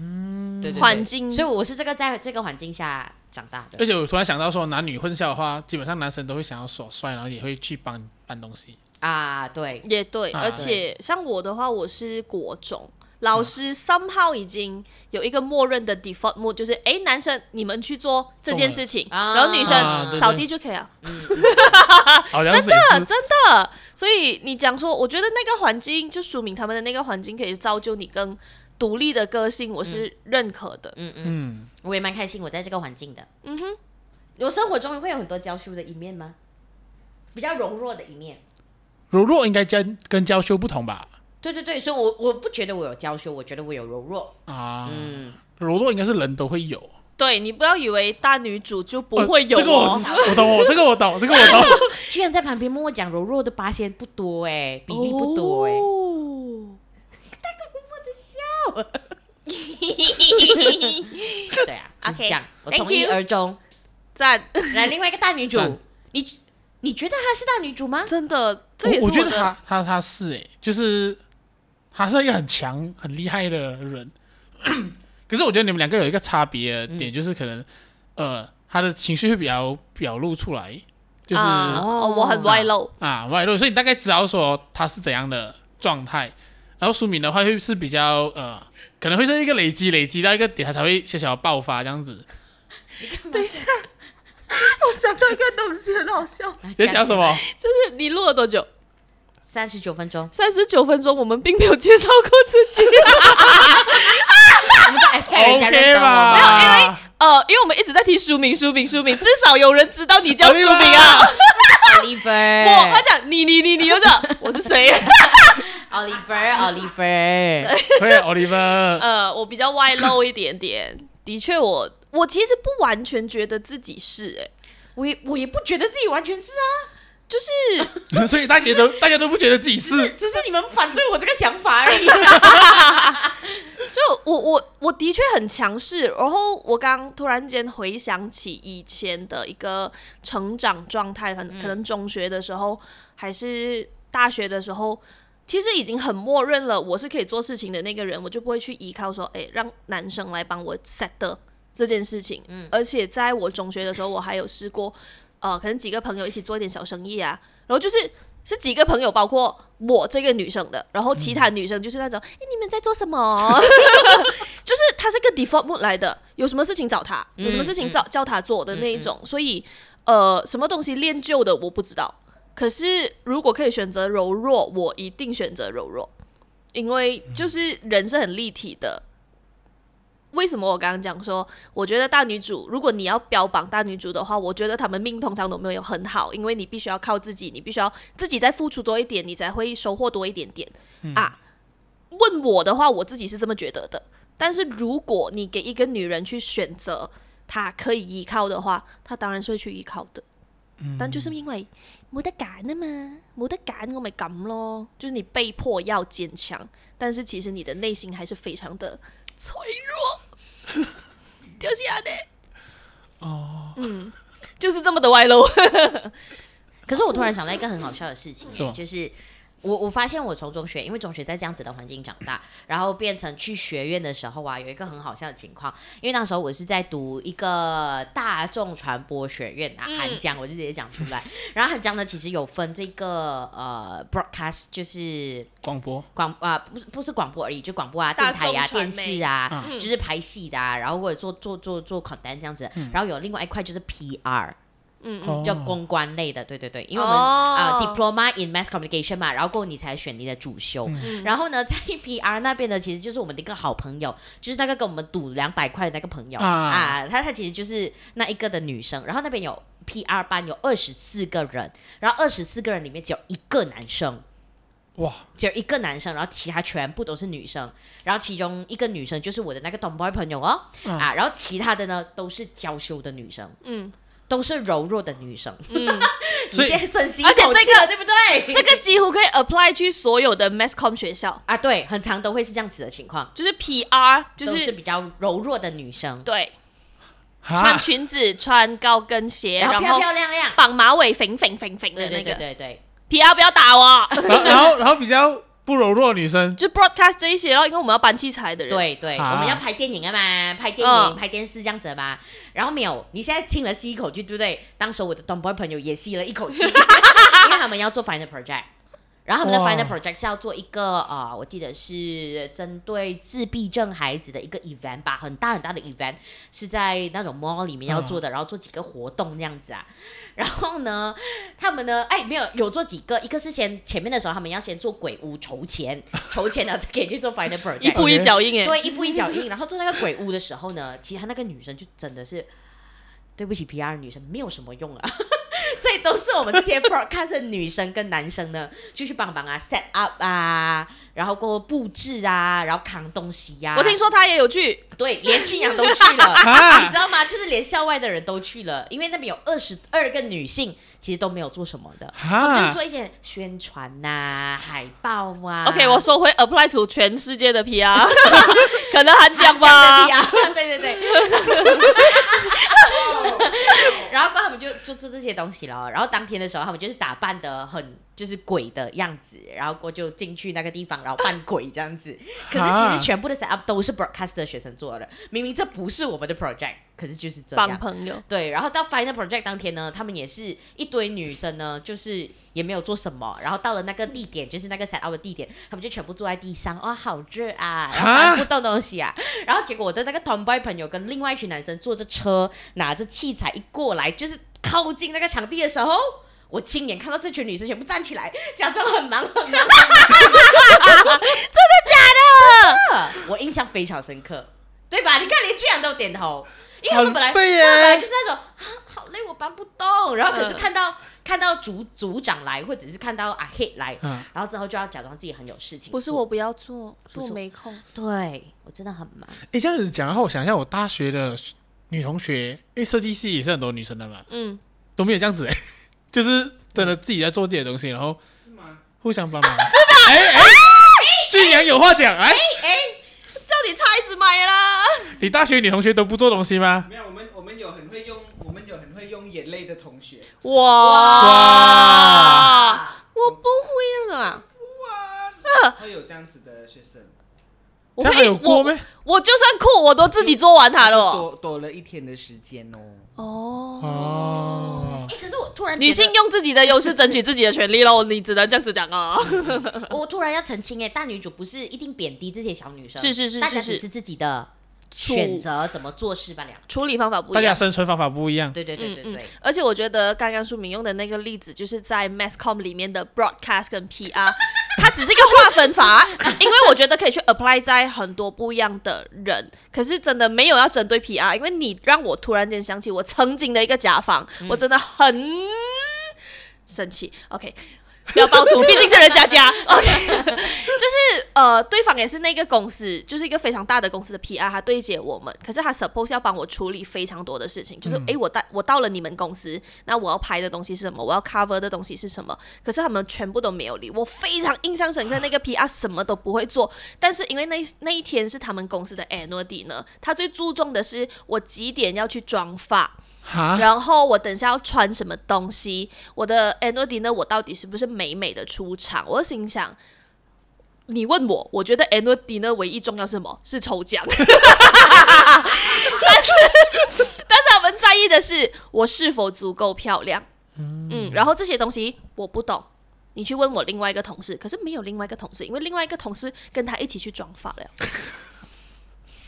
嗯，对对环境所以我是这个在这个环境下长大的而。且我突然想到说，男女混校的话，基本上男生都会想要耍帅，然后也会去搬搬东西。啊，对，也对，啊而且像我的话，我是国中。老师 somehow 已经有一个默认的 default mode，就是哎，诶男生你们去做这件事情，中了然后女啊生对扫对地就可以了。好像是也是啊真的，所以你讲说，我觉得那个环境就说明他们的那个环境可以造就你更独立的个性，我是认可的。嗯嗯，嗯，我也蛮开心，我在这个环境的。嗯哼，我生活中会有很多娇羞的一面吗？比较柔弱的一面。柔弱应该跟跟娇羞不同吧？对对对，所以我我不觉得我有娇羞，我觉得我有柔弱。啊，嗯，柔弱应该是人都会有。呃对你不要以为大女主就不会有、这个我哦知我懂，我这个我 懂，这个我懂。居然在旁边默默讲柔弱的八仙不多哎、比例不欸多哎、哦 对啊，就是 OK，这样，我 thank 从一 you 而终。赞，来，另外一个大女主赞，你你觉得她是大女主吗？真的，这也是我我觉得的他他他是诶、就是他是一个很强很厉害的人。 可是我觉得你们两个有一个差别嗯的点，就是可能呃他的情绪会比较表露出来，就是啊啊哦，我很外露，外啊露，所以你大概知道说他是怎样的状态。然后苏敏的话会是比较呃，可能会是一个累积累积到一个点，他才会小小地爆发这样子。想到一个东西很好笑，啊你在想什？么？ 就是你录了多久？，三十九分钟三十九分钟，我们并没有介绍过自己，我们都 expect 人家认哦得我 OK 们。吧？没有因为呃，因为我们一直在提书名，书名，书名，至少有人知道你叫好书厉名害啊。 我我 Oliver，讲你你你你又讲我是谁？ Oliver，Oliver，可以，Oliver。 呃，我比较外露一点点，的确我，我其实不完全觉得自己是、欸， 我也我也不觉得自己完全是啊，就是所以大家都大家都不觉得自己是只是你们反对我这个想法而已。就我我我的确很强势，然后我刚突然间回想起以前的一个成长状态，可能可能中学的时候还是大学的时候，其实已经很默认了我是可以做事情的那个人，我就不会去依靠说，哎，让男生来帮我 set 的这件事情。嗯，而且在我中学的时候，我还有试过，呃，可能几个朋友一起做一点小生意啊，然后就是是几个朋友，包括我这个女生的，然后其他女生就是那种，哎、你们在做什么？ 就是她是个 default mood 来的，有什么事情找她，有什么事情找、叫她做的那一种，所以呃，什么东西练就的我不知道，可是如果可以选择柔弱，我一定选择柔弱，因为就是人是很立体的。为什么我刚刚讲说，我觉得大女主，如果你要标榜大女主的话，我觉得她们命通常都没有很好，因为你必须要靠自己，你必须要自己再付出多一点，你才会收获多一点点、啊。问我的话，我自己是这么觉得的。但是如果你给一个女人去选择她可以依靠的话，她当然是会去依靠的。嗯嗯但就是因为冇得揀啊嘛，冇得揀我咪咁咯，就是你被迫要坚强，但是其实你的内心还是非常的脆弱， 掉下的。哦，嗯，就是这么的歪喽。可是我突然想到一个很好笑的事情是吗，就是我我发现我从中学，因为中学在这样子的环境长大，然后变成去学院的时候啊，有一个很好笑的情况，因为那时候我是在读一个大众传播学院啊，嗯韩江，我就直接讲出来。然后韩江呢，其实有分这个呃 broadcast，就是广播，广啊、不是不是广播而已，就广播啊、大电台众啊、传媒电视啊，嗯就是拍戏的啊，然后或者做做做做 content 这样子。然后有另外一块就是 PR，嗯嗯，哦叫公关类的，对对对，因为我们啊、diploma in mass communication 嘛，然后过后你才选你的主修。嗯然后呢，在 PR 那边呢，其实就是我们的一个好朋友，就是那个跟我们赌两百块的那个朋友啊啊，她她其实就是那一个的女生。然后那边有 PR 班有二十四个人，然后二十四个人里面只有一个男生。哇，只有一个男生，然后其他全部都是女生，然后其中一个女生就是我的那个 tomboy 朋友哦，嗯啊，然后其他的呢都是娇羞的女生，嗯都是柔弱的女生。 嗯，你所以现在深吸一而且口气这个了对不对？这个几乎可以 apply 去所有的 mass com 学校，啊，对，很常都会是这样子的情况，就是 PR 就都是是比较柔弱的女生，对穿哈，裙子、穿高跟鞋，然后然漂后漂亮亮，绑马尾、粉粉粉粉对的对那对个。对对， PR 不要打我，然后然后然后比较不柔弱的女生，就 broadcast 这一些，然后因为我们要搬器材的人，，对对，啊我们要拍电影啊嘛，拍电影、嗯拍电视这样子的啊嘛。然后没有，你现在听了吸一口气，对不对？当时我的 tomboy 朋友也吸了一口 气，因为他们要做 final project。然后他们的哇 final project 是要做一个啊、呃我记得是针对自闭症孩子的一个 event 吧，很大很大的 event，是在那种 mall 里面要嗯做的，然后做几个活动这样子啊。然后呢，他们呢，哎，没有有做几个，一个是先前面的时候他们要先做鬼屋筹钱，筹钱 了再可以去做 final project，一步一脚印哎，对，一步一脚印。然后做那个鬼屋的时候呢，其实他那个女生就真的是，对不起，PR 的女生没有什么用啊。 所以都是我们这些 broadcast 的女生跟男生呢，就去帮忙啊，set up 啊，然后过后布置啊，然后扛东西呀、我听说他也有去，对，连俊阳都去 了，啊你知道吗？就是连校外的人都去了，因为那边有二十二个女性，其实都没有做什么的，啊就是哈，做一些宣传呐、海报啊。 OK，我收回 apply to 全世界的 PR，可能韩啊讲江吧。 对对对。 然后过后他们就就做这些东西了，然后当天的时候他们就是打扮的很就是鬼的样子，然后过后就进去那个地方，然后扮鬼这样子。可是其啊实全部的 set up 都是 broadcast 的学生做的，明明这不是我们的 project，可是就是这帮样。朋友，对，然后到 final project 当天呢，他们也是一堆女生呢，就是也没有做什么，然后到了那个地点，就是那个 set up 的地点，他们就全部坐在地上，哇、好热啊，然后哈搬不动东西啊，然后结果我的那个 tomboy 朋友跟另外一群男生坐着车，拿着器材一过来，就是靠近那个场地的时候。我亲眼看到这群女生全部站起来，假装很忙 很忙，真的假的？我印象非常深刻，对吧？你看连居然都有点头，因为他们本来很废耶他们本来就是那种啊，好累，我搬不动。然后可是嗯看到、看到组组长来，或者是看到阿 hit 来，嗯然后之后就要假装自己很有事情。不是，我不要做，是不我是我没空。对我真的很忙。诶，这样子讲的话，我想一下，我大学的女同学，因为设计系也是很多女生的嘛，嗯，都没有这样子诶， 就是真的自己在做自己的东西，然后是吗？互相帮忙，啊是吧？哎哎，居然有话讲，哎，叫你叉子买啦。你大学女同学都不做东西吗？没有，我们我们有很会用，我们有很会用眼泪的同学。哇，啊我不会啊，会有这样子的学生，我这样还会有过我咩？我就算哭，我都自己做完它了哦。多多了一天的时间 哦。哦哦哎、，可是我突然女觉得性用自己的优势争取自己的权利喽，你只能这样子讲啊。我突然要澄清，哎，大女主不是一定贬低这些小女生，是是是大家是只是，是自己的处选择怎么做事罢了。处理方法不大一家样。生存方法不一样，对对对对嗯对，而且我觉得刚刚书明用的那个例子，就是在 masscom 里面的 broadcast 跟 PR，它 只是一个划分 法，因为我觉得可以去 apply 在很多不一样的人。可是真的没有要针对 PR，因为你让我突然间想起我曾经的一个甲方，嗯我真的很生气。OK。不要爆粗，毕竟是人家家。OK，就是呃，对方也是那个公司，就是一个非常大的公司的 PR，他对接我们，可是他 suppose 要帮我处理非常多的事情，就是诶，我到我到了你们公司，那我要拍的东西是什么，我要 cover 的东西是什么，可是他们全部都没有理。我非常印象深刻，那个 PR 什么都不会做，但是因为那一那一天是他们公司的 annual d 呢，他最注重的是我几点要去妆发。哈，然后我等一下要穿什么东西，我的 annual dinner 我到底是不是美美的出场？我就心想，你问我，我觉得 annual dinner 唯一重要是什么？是抽奖。 但是，但是他们在意的是我是否足够漂亮。嗯，然后这些东西我不懂。你去问我另外一个同事，可是没有另外一个同事，因为另外一个同事跟他一起去妆发了。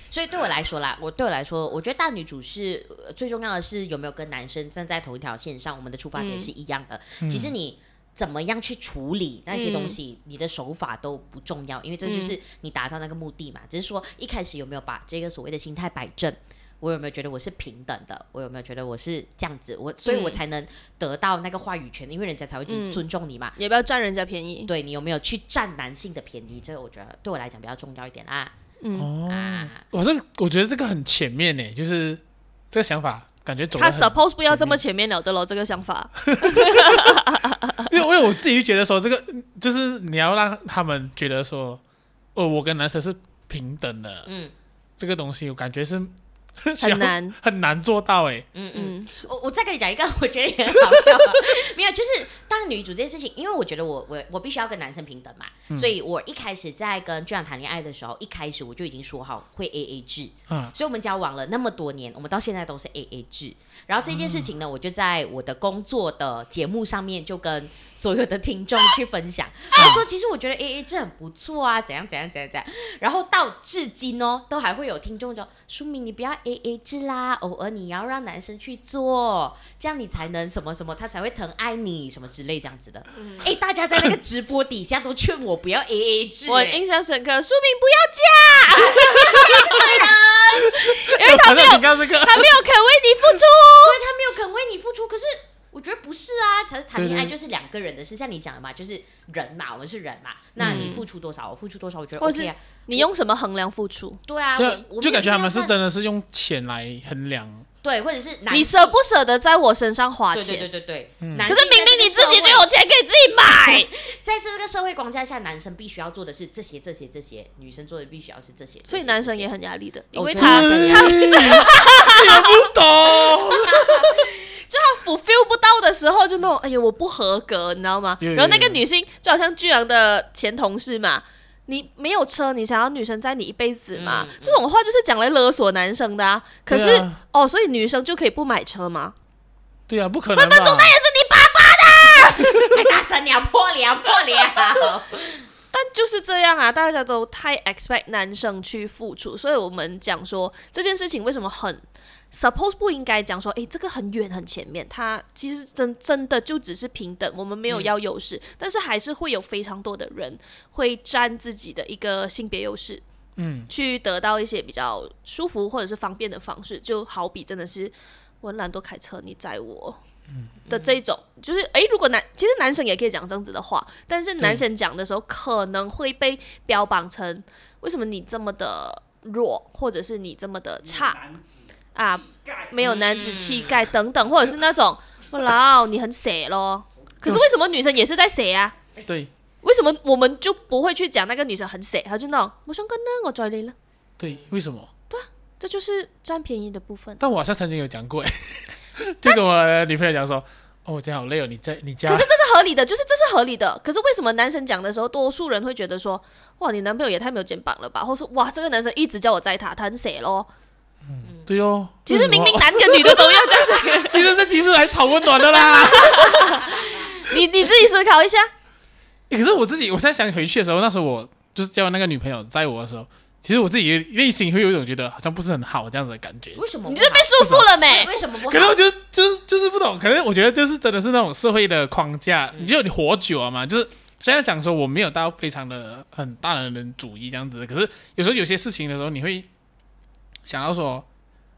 所以对我来说啦，我对我来说，我觉得大女主是、呃最重要的是有没有跟男生站在同一条线上，我们的出发点嗯是一样的。其实你。怎么样去处理那些东西，你的手法都不重要，因为嗯这就是你达到那个目的嘛。只是说一开始有没有把这个所谓的心态摆正，我有没有觉得我是平等的，我有没有觉得我是这样子，我所以我嗯才能得到那个话语权，因为人家才会嗯尊重你嘛。也不要占人家便宜。对你有没有去占男性的便宜？这个我觉得对我来讲比较重要一点啦。嗯，哦啊，我这我觉得这个很前面呢，就是这个想法感觉走得他很 suppose 不要这么前前面了的咯，这个想法。面，因为因为我自己觉得说这个就是你要让他们觉得说，哦，我跟男生是平等的，嗯这个东西我感觉是 需要很难，很难做到哎，嗯嗯。嗯，是我我再跟你讲一个，我觉得也很好笑啊。没有，就是当女主这件事情，因为我觉得我我我必须要跟男生平等嘛，所以我一开始在跟俊阳谈恋爱的时候，一开始我就已经说好会 A A 制，啊，所以我们交往了那么多年，我们到现在都是 A A 制。然后这件事情呢，我就在我的工作的节目上面就跟所有的听众去分享，我说其实我觉得 A A 制很不错啊，怎样怎样怎样怎样。然后到至今哦，都还会有听众说：“书明，你不要 A A 制啦，偶尔你要让男生去做，这样你才能什么什么，他才会疼爱你什么之类这样子的。哎，大家在那个直播底下都劝我不要 A A 制、我哎印象深刻。书明不要 嫁，因为他好没像有你刚刚这个他没有肯为你付出。对他没有肯为你付出，可是我觉得不是啊，谈谈恋爱对对就是两个人的事，像你讲的嘛，就是人嘛，我们是人嘛，嗯那你付出多少，我付出多少，我觉得或是 OK 啊，你用什么衡量付出？对啊，我我 们就就感觉他们一是定要看真的是用钱来衡量，对，或者是男你性舍不舍得在我身上花对对对钱？对对，嗯男可性是明明你自己就在这个社会有钱可以自己 买，在这个社会框架下，男生必须要做的是这些这些这些，女生做的必须要是这些，所以这些男生也。这些很压力的，哦因为真的他男生也他 不懂。 fulfill 不到的时候，就那种哎呦我不合格，你知道吗？有有然后那个有女性就好像巨阳的前同事嘛，你没有车，你想要女生载你一辈子嘛？嗯嗯这种话就是讲来勒索男生的啊。可是、对啊哦，所以女生就可以不买车吗？对啊，不可能吧？太大声了，破了破啊了。但就是这样啊，大家都太 expect 男生去付出，所以我们讲说这件事情为什么很 suppose 不应该讲说，诶，这个很远很前面，他其实真真的就只是平等，我们没有要优势，但是还是会有非常多的人会占自己的一个性别优势，嗯，去得到一些比较舒服或者是方便的方式，就好比真的是我很懒惰开车，你载我。的这一种，就是诶，如果男其实男生也可以讲这样子的话，但是男生讲的时候可能会被标榜成为什么你这么的弱，或者是你这么的差男子啊，盖没有男子气概等等，或者是那种 我老你很写咯。可是为什么女生也是在写啊？对为什么我们就不会去讲那个女生很写，她就那种我想跟呢，我追你了，对，为什么？这就是占便宜的部分。但我好像曾经有讲过，哎， 就跟我的女朋友讲说，哦，我今天好累哦，你在你家可是这是合理的，就是这是合理的。可是为什么男生讲的时候，多数人会觉得说，哇，你男朋友也太没有肩膀了吧，或者说哇，这个男生一直叫我载他，他很写咯。对哦，其实明明为男跟女的都要这样子，什么 其实这集是来讨温暖的啦。你你自己思考一下。欸可是我自己，我现在想回去的时候，那时候我就是叫那个女朋友载我的时候，其实我自己也内心会有一种觉得好像不是很好这样子的感觉。 为什么不好？你就是被束缚了没？为什么不可能好我？觉得就是就是不懂，可能我觉得就是真的是那种社会的框架，嗯你就你活久了嘛，就是虽然讲说我没有到非常的很大男人主义这样子，可是有时候有些事情的时候，你会想到说，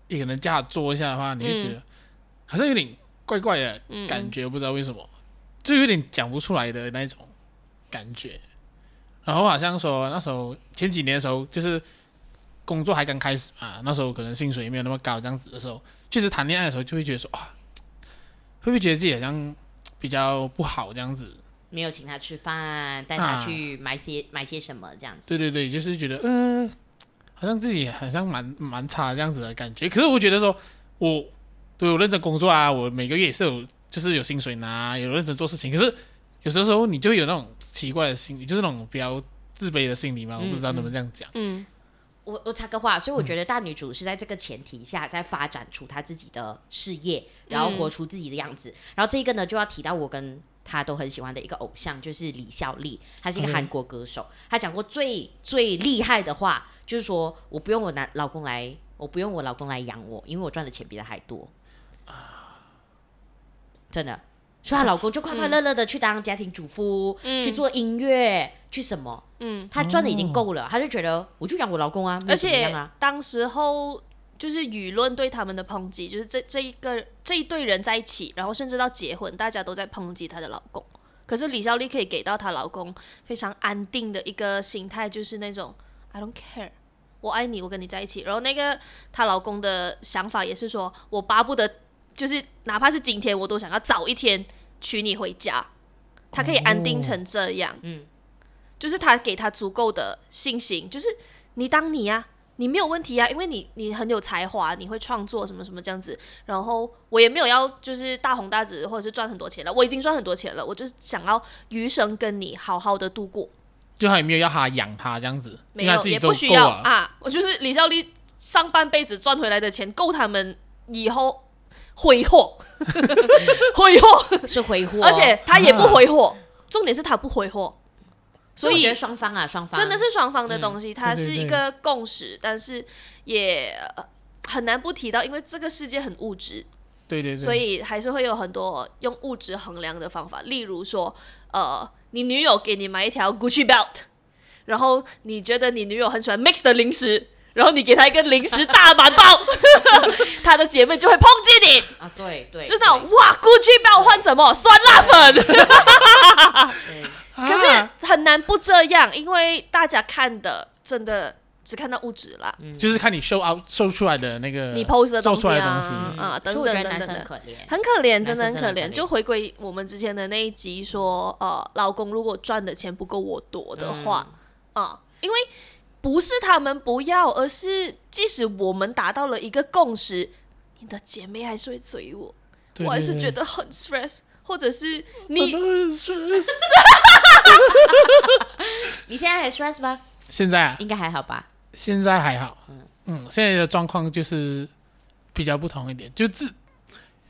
你可能叫他做一下的话，你会觉嗯得好像有点怪怪的感觉，不知道为什么，就有点讲不出来的那种感觉。然后好像说那时候前几年的时候，就是工作还刚开始嘛，那时候可能薪水也没有那么高，这样子的时候，确实谈恋爱的时候就会觉得说啊，会不会觉得自己好像比较不好这样子？没有请他吃饭，带啊他去买些、买些什么这样子。对对对，就是觉得嗯、呃好像自己好像蛮蛮差这样子的感觉。可是我觉得说，我对我认真工作啊，我每个月也是有就是有薪水拿，有认真做事情。可是有时候时候你就会有那种奇怪的心理，就是那种比较自卑的心理嘛。我不知道能不能这样讲。嗯，我我插个话，所以我觉得大女主是在这个前提下，在发展出她自己的事业，然后活出自己的样子。然后这个呢，就要提到我跟。他都很喜欢的一个偶像，就是李孝利，他是一个 OK 韩国歌手。他讲过最最厉害的话，就是说我不用我男老公来，我不用我老公来养我，因为我赚的钱比他还多。真的，所以她老公就快快乐乐的去当家庭主妇，嗯去做音乐，去什么，嗯，她赚的已经够了，她就觉得我就养我老公啊，没有而怎么且样啊，当时候就是舆论对他们的抨击，就是这这一个这一对人在一起，然后甚至到结婚，大家都在抨击她的老公。可是李孝利可以给到她老公非常安定的一个心态，就是那种 I don't care，我爱你，我跟你在一起。然后那个她老公的想法也是说，我巴不得就是哪怕是今天，我都想要早一天娶你回家。她可以安定成这样，嗯，就是他给他足够的信心，就是你当你呀、你没有问题呀、因为你你很有才华，你会创作什么什么这样子。然后我也没有要就是大红大紫或者是赚很多钱了，我已经赚很多钱了，我就是想要余生跟你好好的度过，就他也没有要他养他这样子，没因为他有自己也都不够需要了。啊。我就是李孝利上半辈子赚回来的钱够他们以后挥霍，挥霍，是挥霍，而且他也不挥霍，重点是他不挥霍，所所以我以觉得双方啊，双方真的是双方的东西，它嗯对对是一对个共识，但是也呃很难不提到，因为这个世界很物质，对对对，所以还是会有很多用物质衡量的方法，例如说，呃，你女友给你买一条 Gucci belt，然后你觉得你女友很喜欢 mix 的零食。然后你给她一个零食大满 包，她的姐妹就会抨击你，啊，对对，就是那种哇，Gucci belt 换什么酸辣粉， 对对可可是很难不这样，因为大家看的真的只看到物质啦，就是看你 show out show 出来的那个你 post 的做东出西来的啊东西，啊等嗯所以我觉等得等男等生很等。可怜，很可怜，男真的生欸真很的可很怜。可怜就回归我们之前的那一集说，呃，老公如果赚的钱不够我多的话，啊、因为不是他们不要，而是即使我们达到了一个共识，你的姐妹还是会追我，对我还是对觉得很 stress，或者是对你真 的是你现在还 stress 吗？现在啊，应该还好吧？现在还好，嗯，现在的状况就是比较不同一点，就自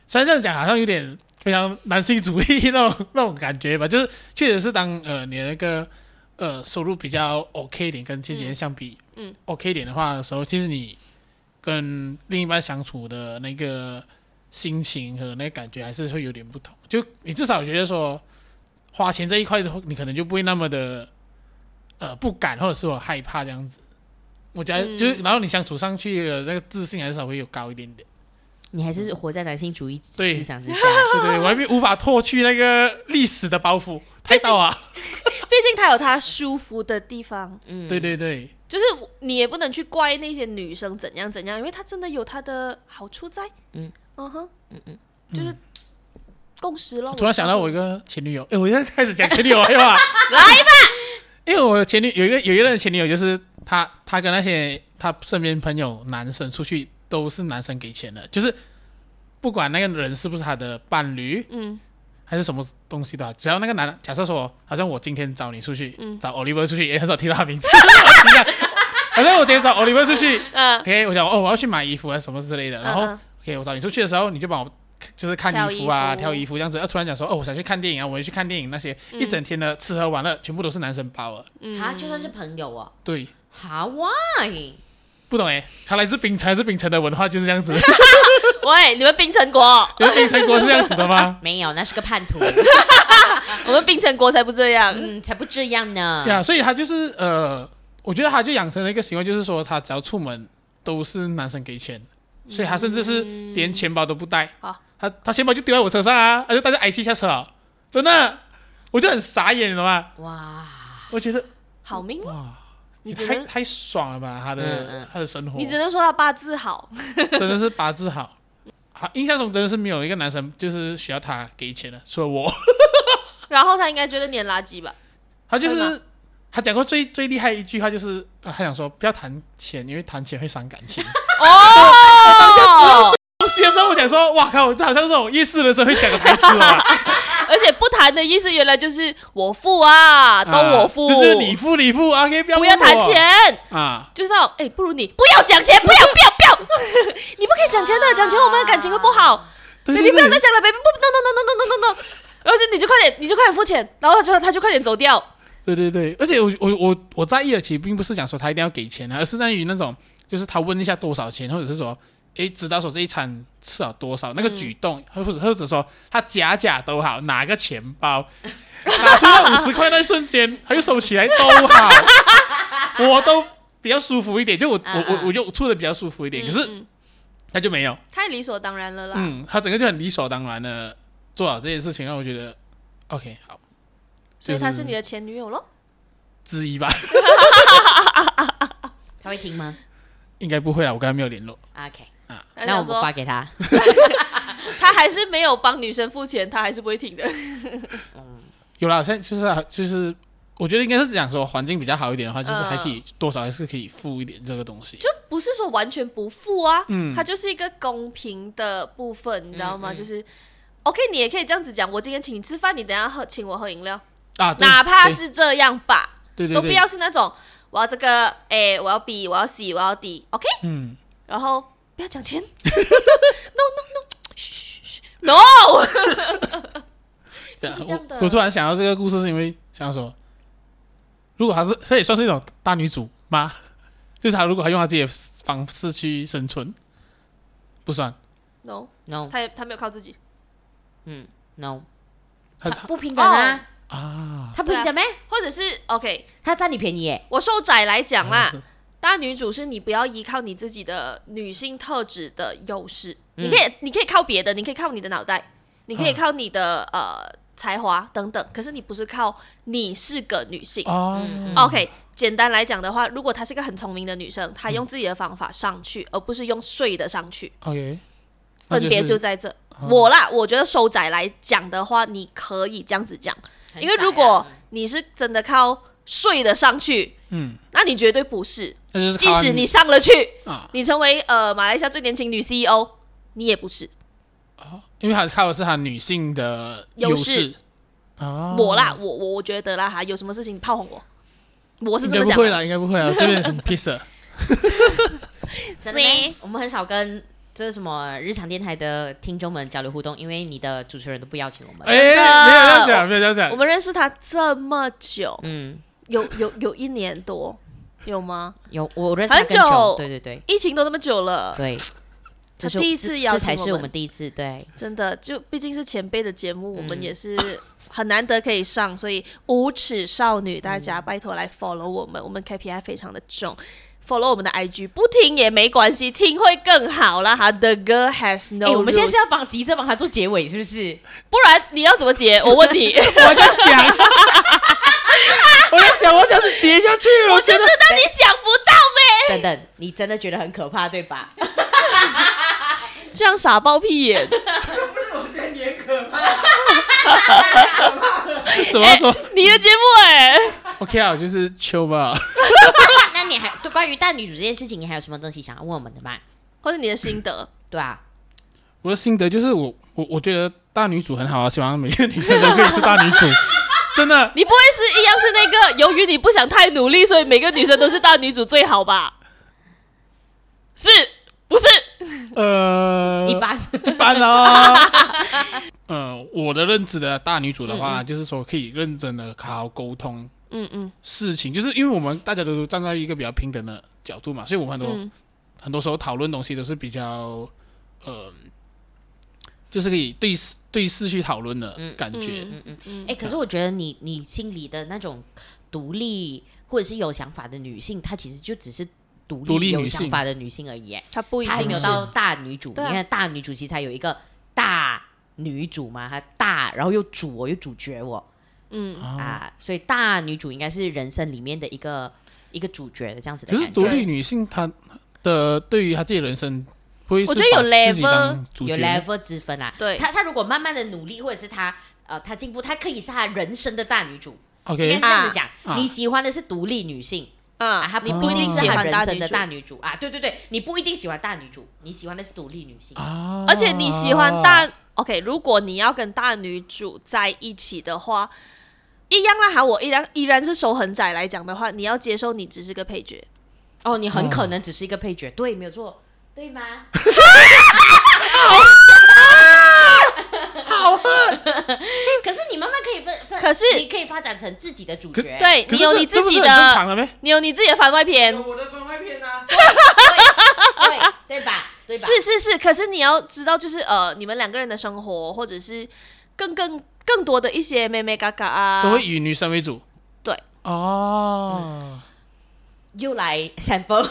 虽然这样讲好像有点非常男性主义那种 那种感觉吧，就是确实是当呃你的那个呃收入比较 OK 一点，跟前几年相比，嗯 o k 一点的话的时候，其实你跟另一半相处的那个心情和那个感觉还是会有点不同，就你至少觉得说花钱这一块的话，你可能就不会那么的呃不敢或者是我害怕这样子。我觉得就是，然后你相处上去的那个自信还是稍微有高一点点。你还是活在男性主义对思想之下，对对，我还没无法脱去那个历史的包袱，拍照啊！毕竟他有他舒服的地方，嗯，对对对，就是你也不能去怪那些女生怎样怎样，因为她真的有她的好处在。嗯，嗯哼，嗯嗯，就是共识咯。突然想到哦我一个前女友，哎，我现在开始讲前女友 了吧？来吧，因为我前女有一个有一任前女友，就是她，她跟那些她身边朋友男生出去都是男生给钱的，就是不管那个人是不是她的伴侣，嗯还是什么东西的啊，只要那个男，假设说，好像我今天找你出去，嗯找 Oliver 出去，也很少听到他名字， 你看，好像我今天找 Oliver 出去呃， ，OK，我想哦，我要去买衣服啊什么之类的，然后、嗯 OK，我找你出去的时候，你就帮我就是看挑衣服啊、衣服挑衣服这样子，啊，突然讲说哦，我想去看电影啊，我要去看电影，那些、一整天的吃喝玩乐全部都是男生包了，嗯啊，就算是朋友哦，对，哈 why？不懂哎，他来自冰城，还是冰城的文化就是这 样子，喂，你们冰城 国，因为冰城国是这样子的 吗？没有，那是个叛徒，我们冰城国才不这样。嗯，才不这样呢对。啊，所以他就是呃，我觉得他就养成了一个习惯，就是说他只要出门都是男生给钱，所以他甚至是连钱包都不带。嗯好他他钱包就丢在我车上啊，他就带着 IC 下车了，真的，我就很傻眼，你懂吗？哇，我觉得好命，哇，你只太能太爽了吧？他的、嗯嗯他的生活你只能说他八字好。 真的是八字好。好，印象中真的是没有一个男生就是需要他给钱的，除了我。然后他应该觉得你很垃 圾吧？他就真是他讲过最最厉害一句话就是，啊他想说不要谈钱，因为谈钱会伤感情。 哦，东西的时候，我讲说，哇靠，这好像是我夜市的时候会讲的台词 啊，而且不谈的意思原来就是我付啊，都我付，啊就是你付你付啊，可以不要不问要我谈钱。啊，就是那种，哎、不如你不要讲钱，不要不要不要， 你不可以讲钱的，讲钱我们的感情会不好。对 baby 对不要再对，讲了，baby 不，no no no no no no no no，而且你就快点，你就快点付钱，然后他就他就快点走掉。对对对，而且我我我我在意的其实并不是讲说他一定要给钱啊，而是在于那种就是他问一下多少钱，或者是说诶知道说这一餐吃了多少那个举动，或者或者说他假假都好，拿个钱包拿出那五十块那一瞬间，他又收起来都好，我都比较舒服一点，就我我嗯我我就处的比较舒服一点，可是嗯嗯啊他就没有，太理所当然了啦。嗯，他整个就很理所当然的做好这件事情，让我觉得 OK 好所就以是她是你的前女友咯。之一吧，他会听吗应该不会啊，我跟他没有联络。 ？OK，她那我想们发说给他。她还是没有帮女生付钱，她还是不会 停的。有啦，现在就是啊就是，我觉得应该是讲说环境比较好一点的话，就是还可以、多少还是可以付一点这个东西。嗯就不是说完全不付啊，嗯它就是一个公平的部嗯分，你知道吗？就是 OK，你也可以这样子讲，我今天请你吃饭，你等一下喝请我喝饮料，啊，对哪怕是这样吧，对对都对，不对要是那种我要这个，哎、我要 B，我要 C，我要 D，OK，、嗯，然后不要讲 钱 ，no no no，嘘嘘嘘对啊是这样的我我突然想到这个故事，是因为想说，如果还是这也算是一种大女主吗？就是她如果还用她自己的方式去生存，不算， no 哦 no， No 嗯他也他没有靠自己， No，她不平等啊，哦啊，他不平等咩？或者是 OK，他占你便宜耶。我受窄来讲好啊啦，像是大女主是你不要依靠你自己的女性特质的优势，嗯你可以你可以靠别的，你可以靠你的脑袋，你可以靠你的、呃才华等等，可是你不是靠你是个女性。哦，嗯 OK，简单来讲的话，如果她是一个很聪明的女生，她用自己的方法上去，而不是用睡的上去， OK，那分别就就是在这。嗯我啦，我觉得收窄来讲的话，你可以这样子讲，啊因啊为如果你是真的靠睡的上去，嗯，那你绝对不是，那就是即靠使你上了去。啊，你成为呃马来西亚最年轻女 CEO，你也不是、因为她靠的是她女性的优势势啊，我啦，我我我觉得啦哈，有什么事情你炮轰我，我是应这该么不想会的。啦，应该不会啊，这边很 peace 的。真的咩，我们很少跟这什么日常电台的听众们交流互动，因为你的主持人都不邀请我们。哎，没有这样讲，没有这样我讲。们认识他这么久，嗯，有有有一年多，有吗？有我认识他很更久久，对对对疫情都那么久了，对。这是第一次这邀这请才是我我们们第一次对。真的就毕竟是前辈的节目，我们嗯也是很难得可以上，所以无耻少女大嗯家拜托来 follow 我们，我们 KPI 非常的重。follow 我们的 IG 不听也没关系，听会更好啦哈。The girl has no、哎，我们现在是要帮急着帮他做结尾，是不是？ 不然你要怎么解？ 我问你，我在想， 我在想，我这样子接下去，我就知道你想不到呗。等等，你真的觉得很可怕，对 吧？这样傻爆屁眼，不是，我觉得你很可怕。怎么说你的节目哎、 ？OK 啊，就是秋吧。那你还就关于大女主这件事情，你还有什么东西想要问我们的吗？或者你的心得，对啊，我的心得就是我，我我觉得大女主很好啊，希望每个女生都可以是大女主，真的。你不会是一样是那个？由于你不想太努力，所以每个女生都是大女主最好吧？是不是？ 呃，一般。 一般啊。呃，我的认知的大女主的话，就是说可以认真的好好沟通，嗯嗯事情，就是因为我们大家都站在一个比较平等的角度嘛，所以我们很多、嗯很多时候讨论东西都是比较，呃，就是可以对事对事去讨论的感觉。嗯哎、可是我觉得你你心里的那种独立或者是有想法的女性，她其实就只是独独立有女想性法的女性而已耶，她不一她还定没有是到大女主。对啊你看大女主其实还有一个大女主嘛，她大，然后又主我又主角我、嗯，啊，啊，所以大女主应该是人生里面的一个一个主角的这样子的可感是觉。独立女性她的对于她自己的人生，不会是我觉得有把自己 level，当主有角 level 之分啦，对她她如果慢慢的努力，或者是她呃她进步，她可以是她人生的大女主，应该 OK，是这样子讲。啊你喜欢的是独立女性，啊，啊，她你不不一一定定喜是她欢人生女的主，大女主啊，对对对，你不一定喜欢大女主，你喜欢的是独立女性。啊而且你喜欢大 OK，如果你要跟大女主在一起的话，一样啦哈，我依然依然是手很窄来讲的话，你要接受你只是个配角。哦，你很可能只是一个配角，对，没有错，对吗？ 好喝，可是可是你可以发展成自己的主角。对哎可你是有这你这自不己是很正的，常的咩？你有你自己的番外篇有，我的番外啊篇呐、对对对吧？对吧？是是是，可是你要知道，就是呃，你们两个人的生活，或者是更更更多的一些妹妹嘎嘎啊，都会以女生为主。啊对。嗯哦。又来 sample，因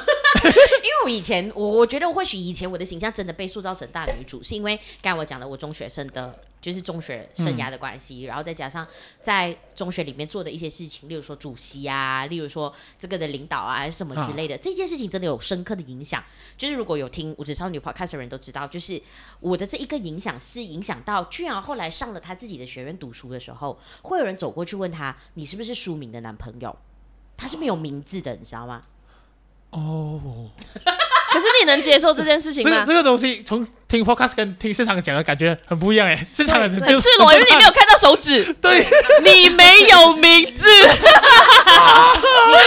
为我以前我我觉得或许以前我的形象真的被塑造成大女主，是因为刚才我讲的我中学生的就是中学生涯的关系，然后再加上在中学里面做的一些事情，例如说主席啊，例如说这个的领导啊，还是什么之类的，这件事情真的有深刻的影响。就是如果有听《五指少女 Podcast》的人都知道，就是我的这一个影响是影响到，居然后来上了他自己的学院读书的时候，会有人走过去问他：“你是不是书明的男朋友？”他是没有名字的，你知道吗？哦，可是你能接受这件事这情个吗？这个东西从听 podcast 跟听市场讲的感觉很不一样哎，市场很很就赤裸，因为你没有看到手指， 对，你没有名 字，对啊，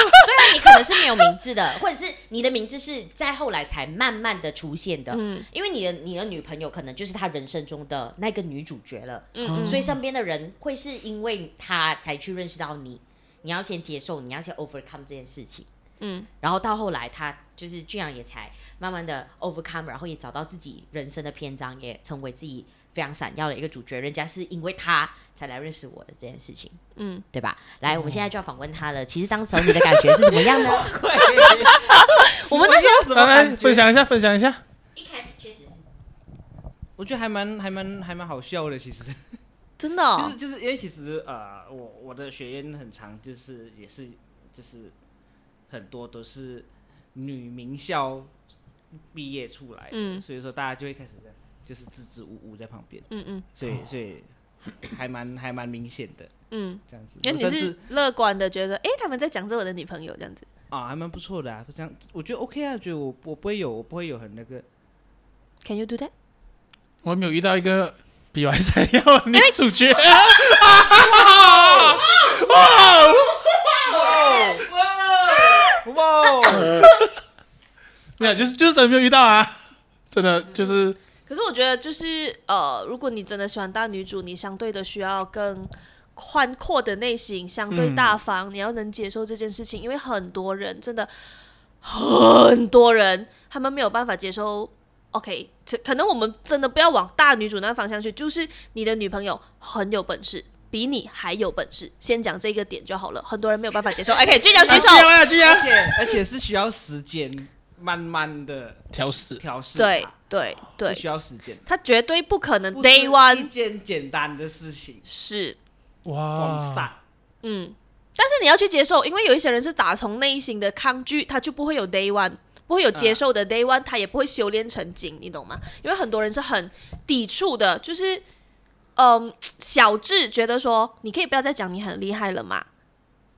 你可能是没有名字的，或者是你的名字是在后来才慢慢的出现的。嗯因为你的你的女朋友可能就是他人生中的那个女主角了，嗯所以身边的人会是因为他才去认识到你。你要先接受，你要先 overcome 这件事情，嗯，然后到后来他就是居然也才慢慢的 overcome，然后也找到自己人生的篇章，也成为自己非常闪耀的一个主角。人家是因为他才来认识我的这件事情，嗯，对吧？来，我们现在就要访问他了。其实当时候你的感觉是怎么样呢？ 啊，快！ 我们那时候来来分享一下，分享一下。一开始确实是，我觉得还蛮还蛮还蛮好笑的，其实。真的哦、就是就是因为其实呃，我我的学院很长，就是也是就是很多都是女名校毕业出来的，嗯所以说大家就会开始在就是支支吾吾在旁边，嗯嗯所以所以还蛮还蛮明显的嗯，这样子。因为我你甚是至乐观的，觉得诶，他们在讲着我的女朋友这样子，啊，还蛮不错的啊，这样我觉得 OK 啊，我觉得我我不会有我不会有很那个 Can you do that？我没有遇到一个比我还闪耀的女主角，哇，哦没有，就是就是真的没有遇到啊，真的就是可是我觉得就是呃，如果你真的喜欢大女主，你相对的需要更宽阔的内心，相对大方，你要能接受这件事情，因为很多人真的很多人他们没有办法接 受。OK，这可能我们真的不要往大女主那方向去，就是你的女朋友很有本事，比你还有本事，先讲这个点就好了。很多人没有办法接 受。OK，举手举手。啊，居而然且而且是需要时间慢慢的挑食，调试它，对对对啊是，需要时间的。他绝对不可能不是 day 一 one 件简单的事情是哇 from start，嗯，但是你要去接受，因为有一些人是打从内心的抗拒，他就不会有 day one，不会有接受的 day one，、他也不会修炼成精，你懂吗？因为很多人是很抵触的，就是嗯，小智觉得说，你可以不要再讲你很厉害了嘛，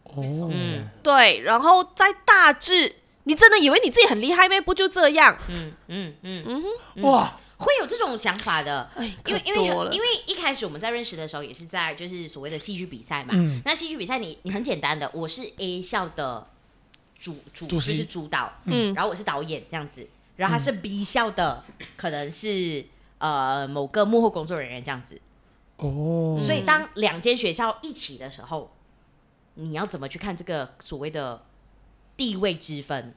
哦，嗯对，然后再大智，你真的以为你自己很厉害咩？不就这样？嗯嗯嗯，哇，会有这种想法的。哎，因为因为可多了因为一开始我们在认识的时候，也是在就是所谓的戏剧比赛嘛。嗯那戏剧比赛你你很简单的，我是 A 校的主主主就席是主导，嗯然后我是导演这样子，然后他是 B 校的，可能是呃某个幕后工作人员这样子。哦，所以当两间学校一起的时候，你要怎么去看这个所谓的地位之分？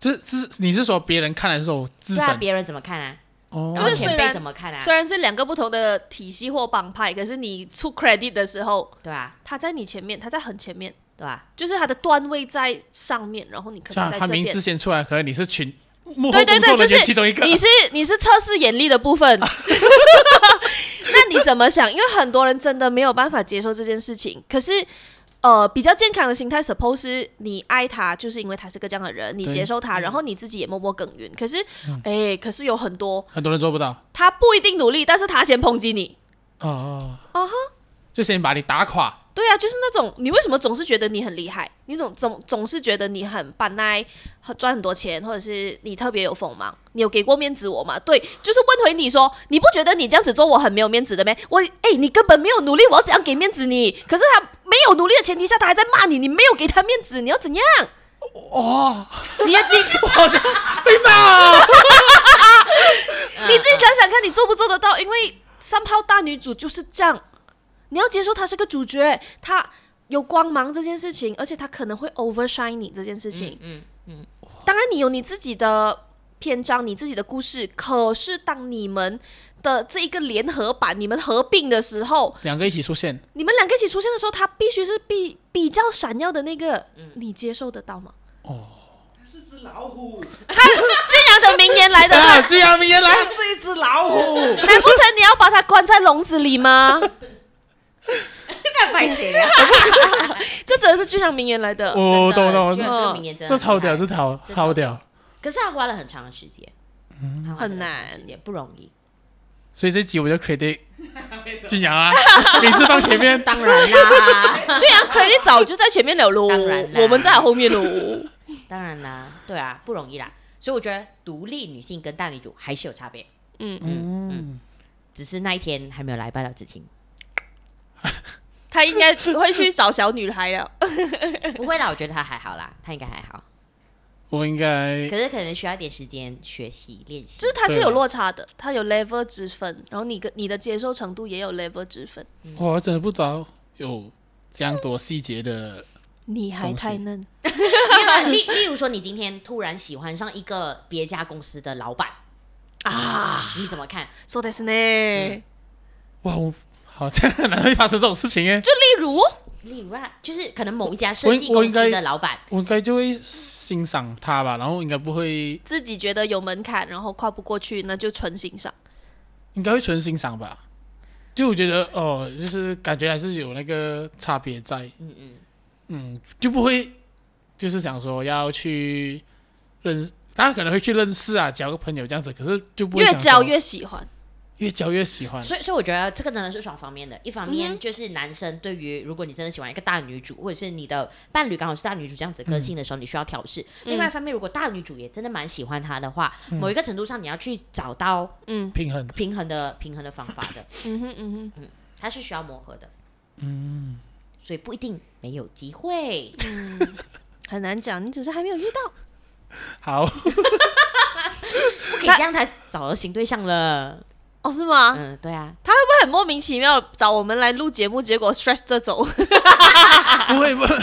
这是你是说别人看来是我自对啊，身别人怎么看啊？然哦后就是虽前辈然怎么看啊？虽然是两个不同的体系或帮派，可是你出 credit 的时候，对啊，他在你前面，他在很前面。对啊吧？就是它的段位在上面，然后你可能像在他这名字边。先出来，可能你是群幕后对对工作对，就人员是其中一个，你是你是测试眼力的 部分。 那你怎么想？因为很多人真的没有办法接受这件事情。可是，呃，比较健康的心态，suppose 是你爱他，就是因为他是个这样的人，你对嗯接受他，然后你自己也默默耕耘。可是，哎，可是有很多很多人做不到他不一定努力，但是他先抨击你。哦哦，啊哈，就先把你打垮，对啊，就是那种你为什么总是觉得你很厉害？你总总总是觉得你很搬来赚很多钱，或者是你特别有锋芒？你有给过面子我吗？对，就是问回你说，你不觉得你这样子做我很没有面子的咩？我哎，你根本没有努力，我要怎样给面子你？可是他没有努力的前提下，他还在骂你，你没有给他面子，你要怎样？哦，你你我好像被骂哦，你自己想想看，你做不做得到？因为三炮大女主就是这样，你要接受他是个主角，他有光芒这件事情，而且他可能会 overshine 你这件事情。嗯当然，你有你自己的篇章，你自己的故事。可是，当你们的这一个联合版，你们合并的时候，两个一起出现，你们两个一起出现的时候，他必须是比比较闪耀的那个，嗯你接受得到吗？ 它是只老虎，俊阳的明年来的啊，话，这样明年来它哎是一只老虎。难不成你要把它关在笼子里 吗？太白谁啊？这真的是俊阳明年来的。哦，懂懂，这这个明年真的这超很厉屌，害这超这超超屌。可是他花了很长的时间，他花了嗯长很的难时间不容易。所以这集我就 credit 俊阳啊， 名字放前面。当然 啦，俊阳 credit 早就在前面了 喽，当然啦我们在后面喽。当然啦，对啊，不容易啦。所以我觉得独立女性跟大女主还是有差别，嗯，嗯，只是那一天还没有来罢了。子晴他应该会去找小女孩啊了。不会啦，我觉得她还好啦，她应该还好，我应该可是可能需要一点时间学习练习就是。它是有落差的，它有 level 之分，然后你跟你的接受程度也有 level 之分。哇我真的不知道有这样多细节的你还太嫩，没有啊例例如说，你今天突然喜欢上一个别家公司的老板啊，你怎么看？说的是呢。哇，我好像很难会发生这种事情耶。就例如，例如啊，就是可能某一家设计公我司应该的老板，我应该就会欣赏他吧，然后应该不会，自己觉得有门槛，然后跨不过去，那就纯欣赏。应该会纯欣赏吧。就我觉得哦，就是感觉还是有那个差别在，嗯嗯，嗯，就不会就是想说要去认识，大家可能会去认识啊，交个朋友这样子，可是就不会越想说教越喜欢，越交越喜欢。所以所以我觉得这个真的是双方面的，一方嗯面就是男生对于如果你真的喜欢一个大女主，或者是你的伴侣刚好是大女主这样子个性的时候，你需要调试；嗯另外一方面，如果大女主也真的蛮喜欢他的话，嗯某一个程度上你要去找到嗯平衡，平衡的平衡的方法的，嗯哼嗯哼，它是需要磨合的。嗯，所以不一定没有机会。嗯很难讲，你只是还没有遇到。好， 不可以这样才找到新对象了。 哦，是吗？嗯，对啊，他会不会很莫名其妙找我们来录节目，结果 stress 这 走？哦不会不会。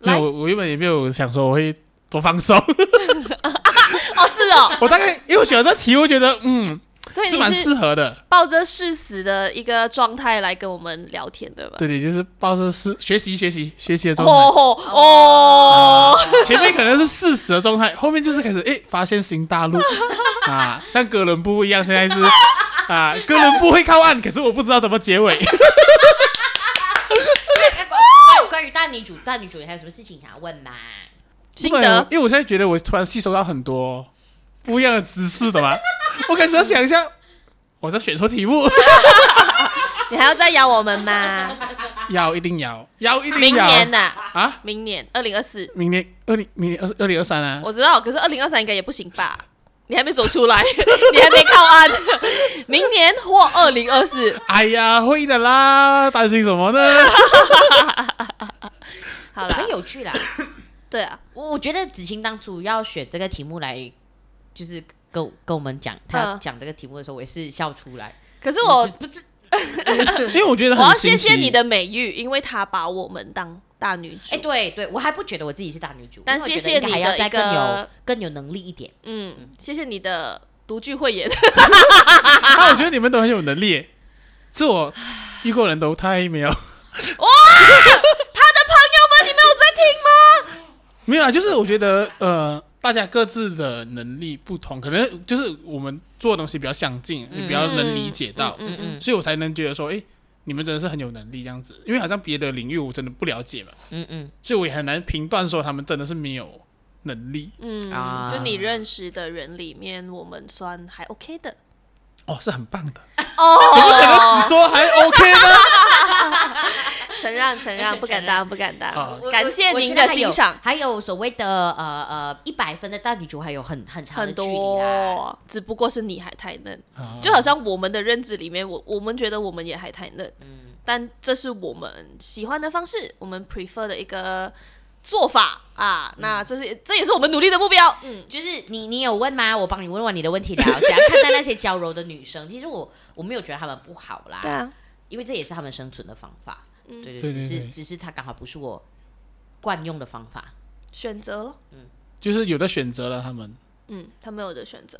没来有，我我原本也没有想说我会多放松， 哦， 是哦，我大概因为我选了这题，我觉得嗯所以是蛮你适是合的。抱着誓死的一个状态来跟我们聊天，对吧？对对，就是抱着是学习学习学习的状态。哦哦，前面可能是事实的状态，后面就是开始诶发现新大陆 啊，像哥伦布一样，现在是啊，哥伦布会靠岸，可是我不知道怎么结尾。呃关于关于大女主，大女主你还有什么事情想要问吗？心对得，因为我现在觉得我突然吸收到很多不一样的知识的嘛，我开始要想一下，我在选错题目， 你还要再邀我们吗？要一定要，要一明定要年呐，啊，明年二零二四，明年二零，明年二二零二三啊，我知道，可是二零二三应该也不行吧？你还没走出来， 你还没靠岸， 明年或二零二四。哎呀，会的啦，担心什么 呢？好很了，有趣 啦，对啊，我我觉得子欣当初要选这个题目来，就是跟我跟我们讲，他嗯讲这个题目的时候，我也是笑出来。可是我不知，因为我觉得我很要新谢奇谢你，的美誉，因为他把我们当大女主哎，。对对，我还不觉得我自己是大女主，但因为谢我觉得谢应该你还要的一再更有个更有能力一点。嗯，谢谢你的独具慧眼。 啊，我觉得你们都很有能力耶，是我遇过的人都太没有，他的朋友们，你们有在听吗？没有啦，啊就是我觉得呃。大家各自的能力不同，可能就是我们做的东西比较相近，也比较能理解到。嗯嗯嗯所以我才能觉得说，哎、你们真的是很有能力这样子，因为好像别的领域我真的不了解嘛，嗯嗯，所以我也很难评断说他们真的是没有能力嗯，啊就你认识的人里面，我们算还 OK 的哦，是很棒的，怎么可能只哦。说还 OK 呢？承让， 承让，不敢当，不敢啊当。我感谢我我您觉得的还有欣赏，还有所谓的呃呃一百分的大女主，还有很很长的很距离啊啦。多，嗯只不过是你还太嫩，啊 就好像我们的认知里面，我我们觉得我们也还太嫩，但这是我们喜欢的方式，我们 prefer 的一个做法啊。那这是这也是我们努力的目标，嗯，就是你，你有问吗？我帮 你问问你的问题聊，怎样看待那些娇柔的女生？其实我我没有觉得她们不好啦，对啊，因为这也是他们生存的方法。嗯对对只对是对只是它刚好不是我惯用的方法。选择了，就是有的选择了他们。嗯，他们有的选择，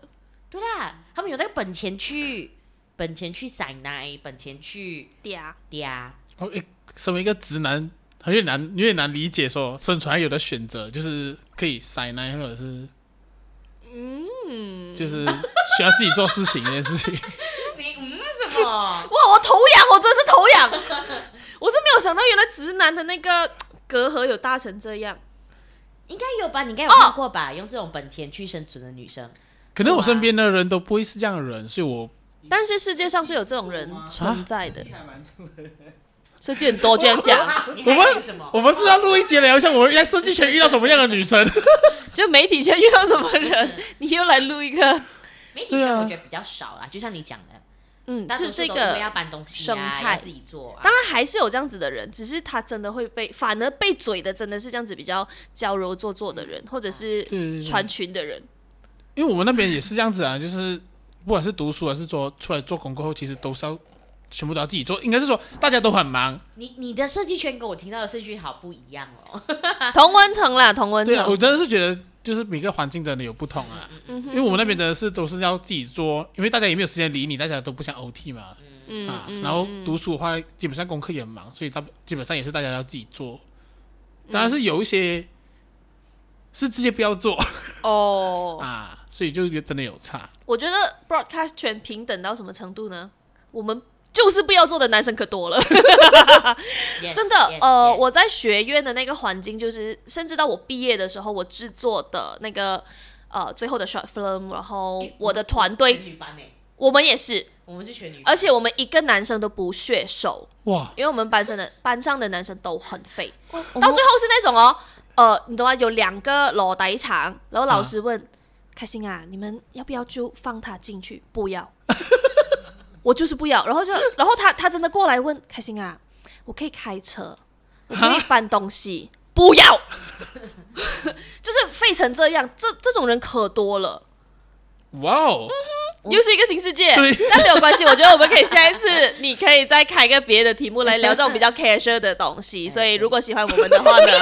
对啦，他们有那个本钱 去本钱去塞奶，本钱去嗲，嗲，哦，诶，身为一个直男，很越难越难理解说生存还有的选择，就是可以塞奶，或者是嗯，就是需要自己做事情这件事情。为什么？哇，我头痒，我真的是头痒， 我是没有想到原来直男的那个隔阂有大成这样，应该有吧？你应该有看过吧？用这种本钱去生存的女生，可能我身边的人都不会是这样的人，所以我但是世界上是有这种人存在的，还蛮多的。设计很多这样讲， 你我还有们什么？我们是要录一节聊一下我们在设计圈遇到什么样的女生。就媒体圈遇到什么人，你又来录一个，媒体对圈啊我觉得比较少啦，就像你讲的，嗯，大多是数这都因为个要搬东西生啊，态要自己做啊。当然还是有这样子的人，只是他真的会被，反而被嘴的真的是这样子比较娇柔做作的人，或者是对传群的人。因为我们那边也是这样子啊，就是不管是读书还是做出来做工过后，其实都是要全部都要自己做，应该是说大家都很忙。你你的设计圈跟我听到的设计圈好不一样哦。 同温层啦，同温对啊，我层。真的是觉得就是每个环境真的有不同啊，嗯因哼为我们那边真的是都是要自己做，因为大家也没有时间理你，大家都不想 OT 嘛嗯啊嗯，然后读书的话，基本上功课也很忙，所以他基本上也是大家要自己做。当然是有一些是直接不要做哦，啊，所以就真的有差。我觉得 broadcast 圈平等到什么程度呢？我们就是不要做的男生可多了， Yes, 真的。 yes, 呃 yes 我在学院的那个环境，就是甚至到我毕业的时候，我制作的那个呃最后的 short film，然后我的团队，全女班欸我们也是，我们是全女班，而且我们一个男生都不血手。哇，因为我们班上的班上的男生都很废，到最后是那种哦，呃，你懂吗？有两个裸底场，然后老师问、开心啊，你们要不要就放他进去？不要，我就是不要。然后就，然后他他真的过来问开心啊，我可以开车，我可以搬东西，不要，就是废成这样，这这种人可多了。哇 哦，又是一个新世界对， 但没有关系，我觉得我们可以下一次，你可以再开个别的题目来聊这种比较 casual 的东 西。所以如果喜欢我们的 话呢，快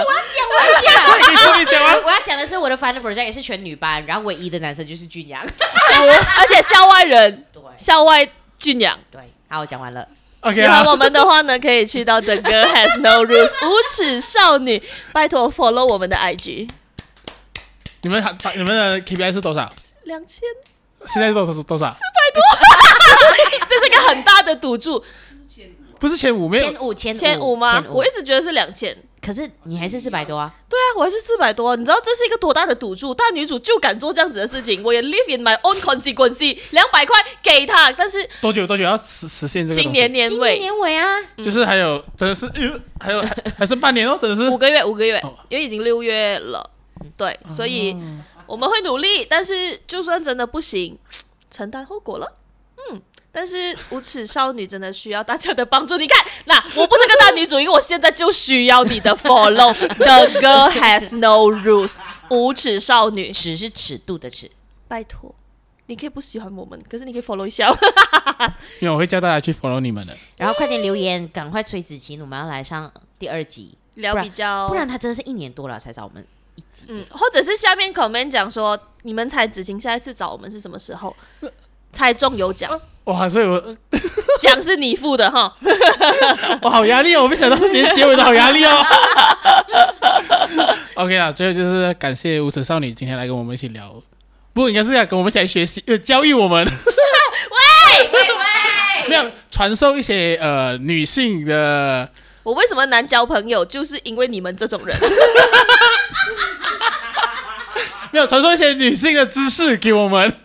你说你讲完 我我要讲的是我的 final project 也是全女班，然后唯一的男生就是俊 阳。而且校外人、对校外俊养，对，好，我讲完了。 ，OK 喜啊欢，我们的话呢，可以去到整个 has no rules 无耻少女，拜托 follow 我们的 IG 你们还你们的 KPI 是多少？两千，现在是多少多少？这是个很大的赌注，不是前五，没有千五千嗯千五吗？千我一直觉得是两千。可是你还是四百多啊，对啊，我还是四百多，你知道这是一个多大的赌注？大女主就敢做这样子的事情，我也 live in my own consequence，两百块给她，但是多久多久要实实现这个东西？今年年今年尾年尾啊，就是还有真的是，呃还有还还剩半年哦，真的 五是。个月，五个月哦，因为已经六月了，对，哦所以我们会努力，但是就算真的不行，承担后果了，嗯。但是无耻少女真的需要大家的帮助。你看，那我不是个大女主，因为我现在就需要你的 follow。The girl has no rules，无 耻少女。尺是尺度的尺，拜托，你可以不喜欢我们，可是你可以 follow 一下。因为我会叫大家去 follow 你们的。然后快点留言，赶快催子晴，我们要来上第二集，聊不然比较，不然他真的是一年多了才找我们一集。嗯，或者是下面 comment 讲说，你们猜子晴下一次找我们是什么时候？ 猜中有奖，哇，所以我 奖是你付的哈。我好压力哦，我没想到连结尾都好压力哦。OK 啦，最后就是感谢无耻少女今天来跟我们一起聊，不应该是要跟我们一起来学习，呃，教育我们， 没有传授一些呃女性的。我为什么难交朋友，就是因为你们这种人。没有传授一些女性的知识给我们。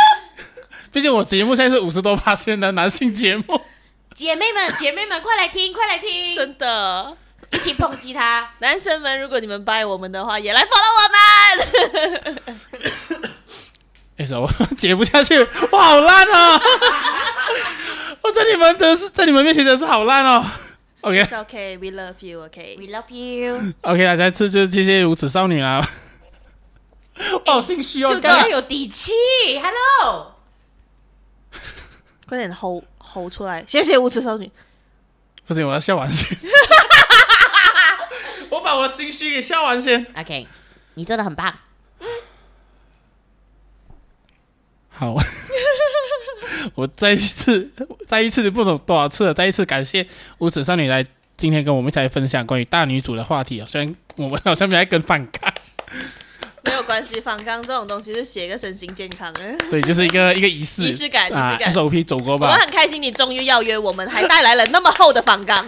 毕竟我节目现在是五十多八千的男性节目， 姐妹们，姐妹们，快来听，快来听，真的，一起抨击他。男生们，如果你们拜我们的话，也来 follow 我们。 那时候 我接不下去，我好烂啊！ 我在你们的是在你们面前真的是好烂哦。OK It's okay, we love you. OK， We love you。 OK 啦，下次就谢谢无耻少女啦。 我好心虚哦，就刚刚有底气，Hello。快点吼吼出来！谢谢无耻少女，不行，我要笑完先。我把我心虚给笑完先。 OK，你真的很棒。好， 我再一次，再一次不懂多少次了，再一次感谢无耻少女来今天跟我们一起来分享关于大女主的话题啊。虽然我们好像没在跟反抗，没有关系，反刚这种东西是写个身心健康的对，就是一个一个仪式仪式感，仪啊式感。 ，SOP 走过我们吧很开心你终于邀约我们，还带来了那么厚的反纲，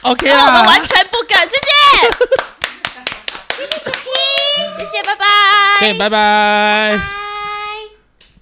，OK 哦我们啦完。全不敢，谢谢，谢谢子晴，谢谢，拜拜，对，拜拜。拜。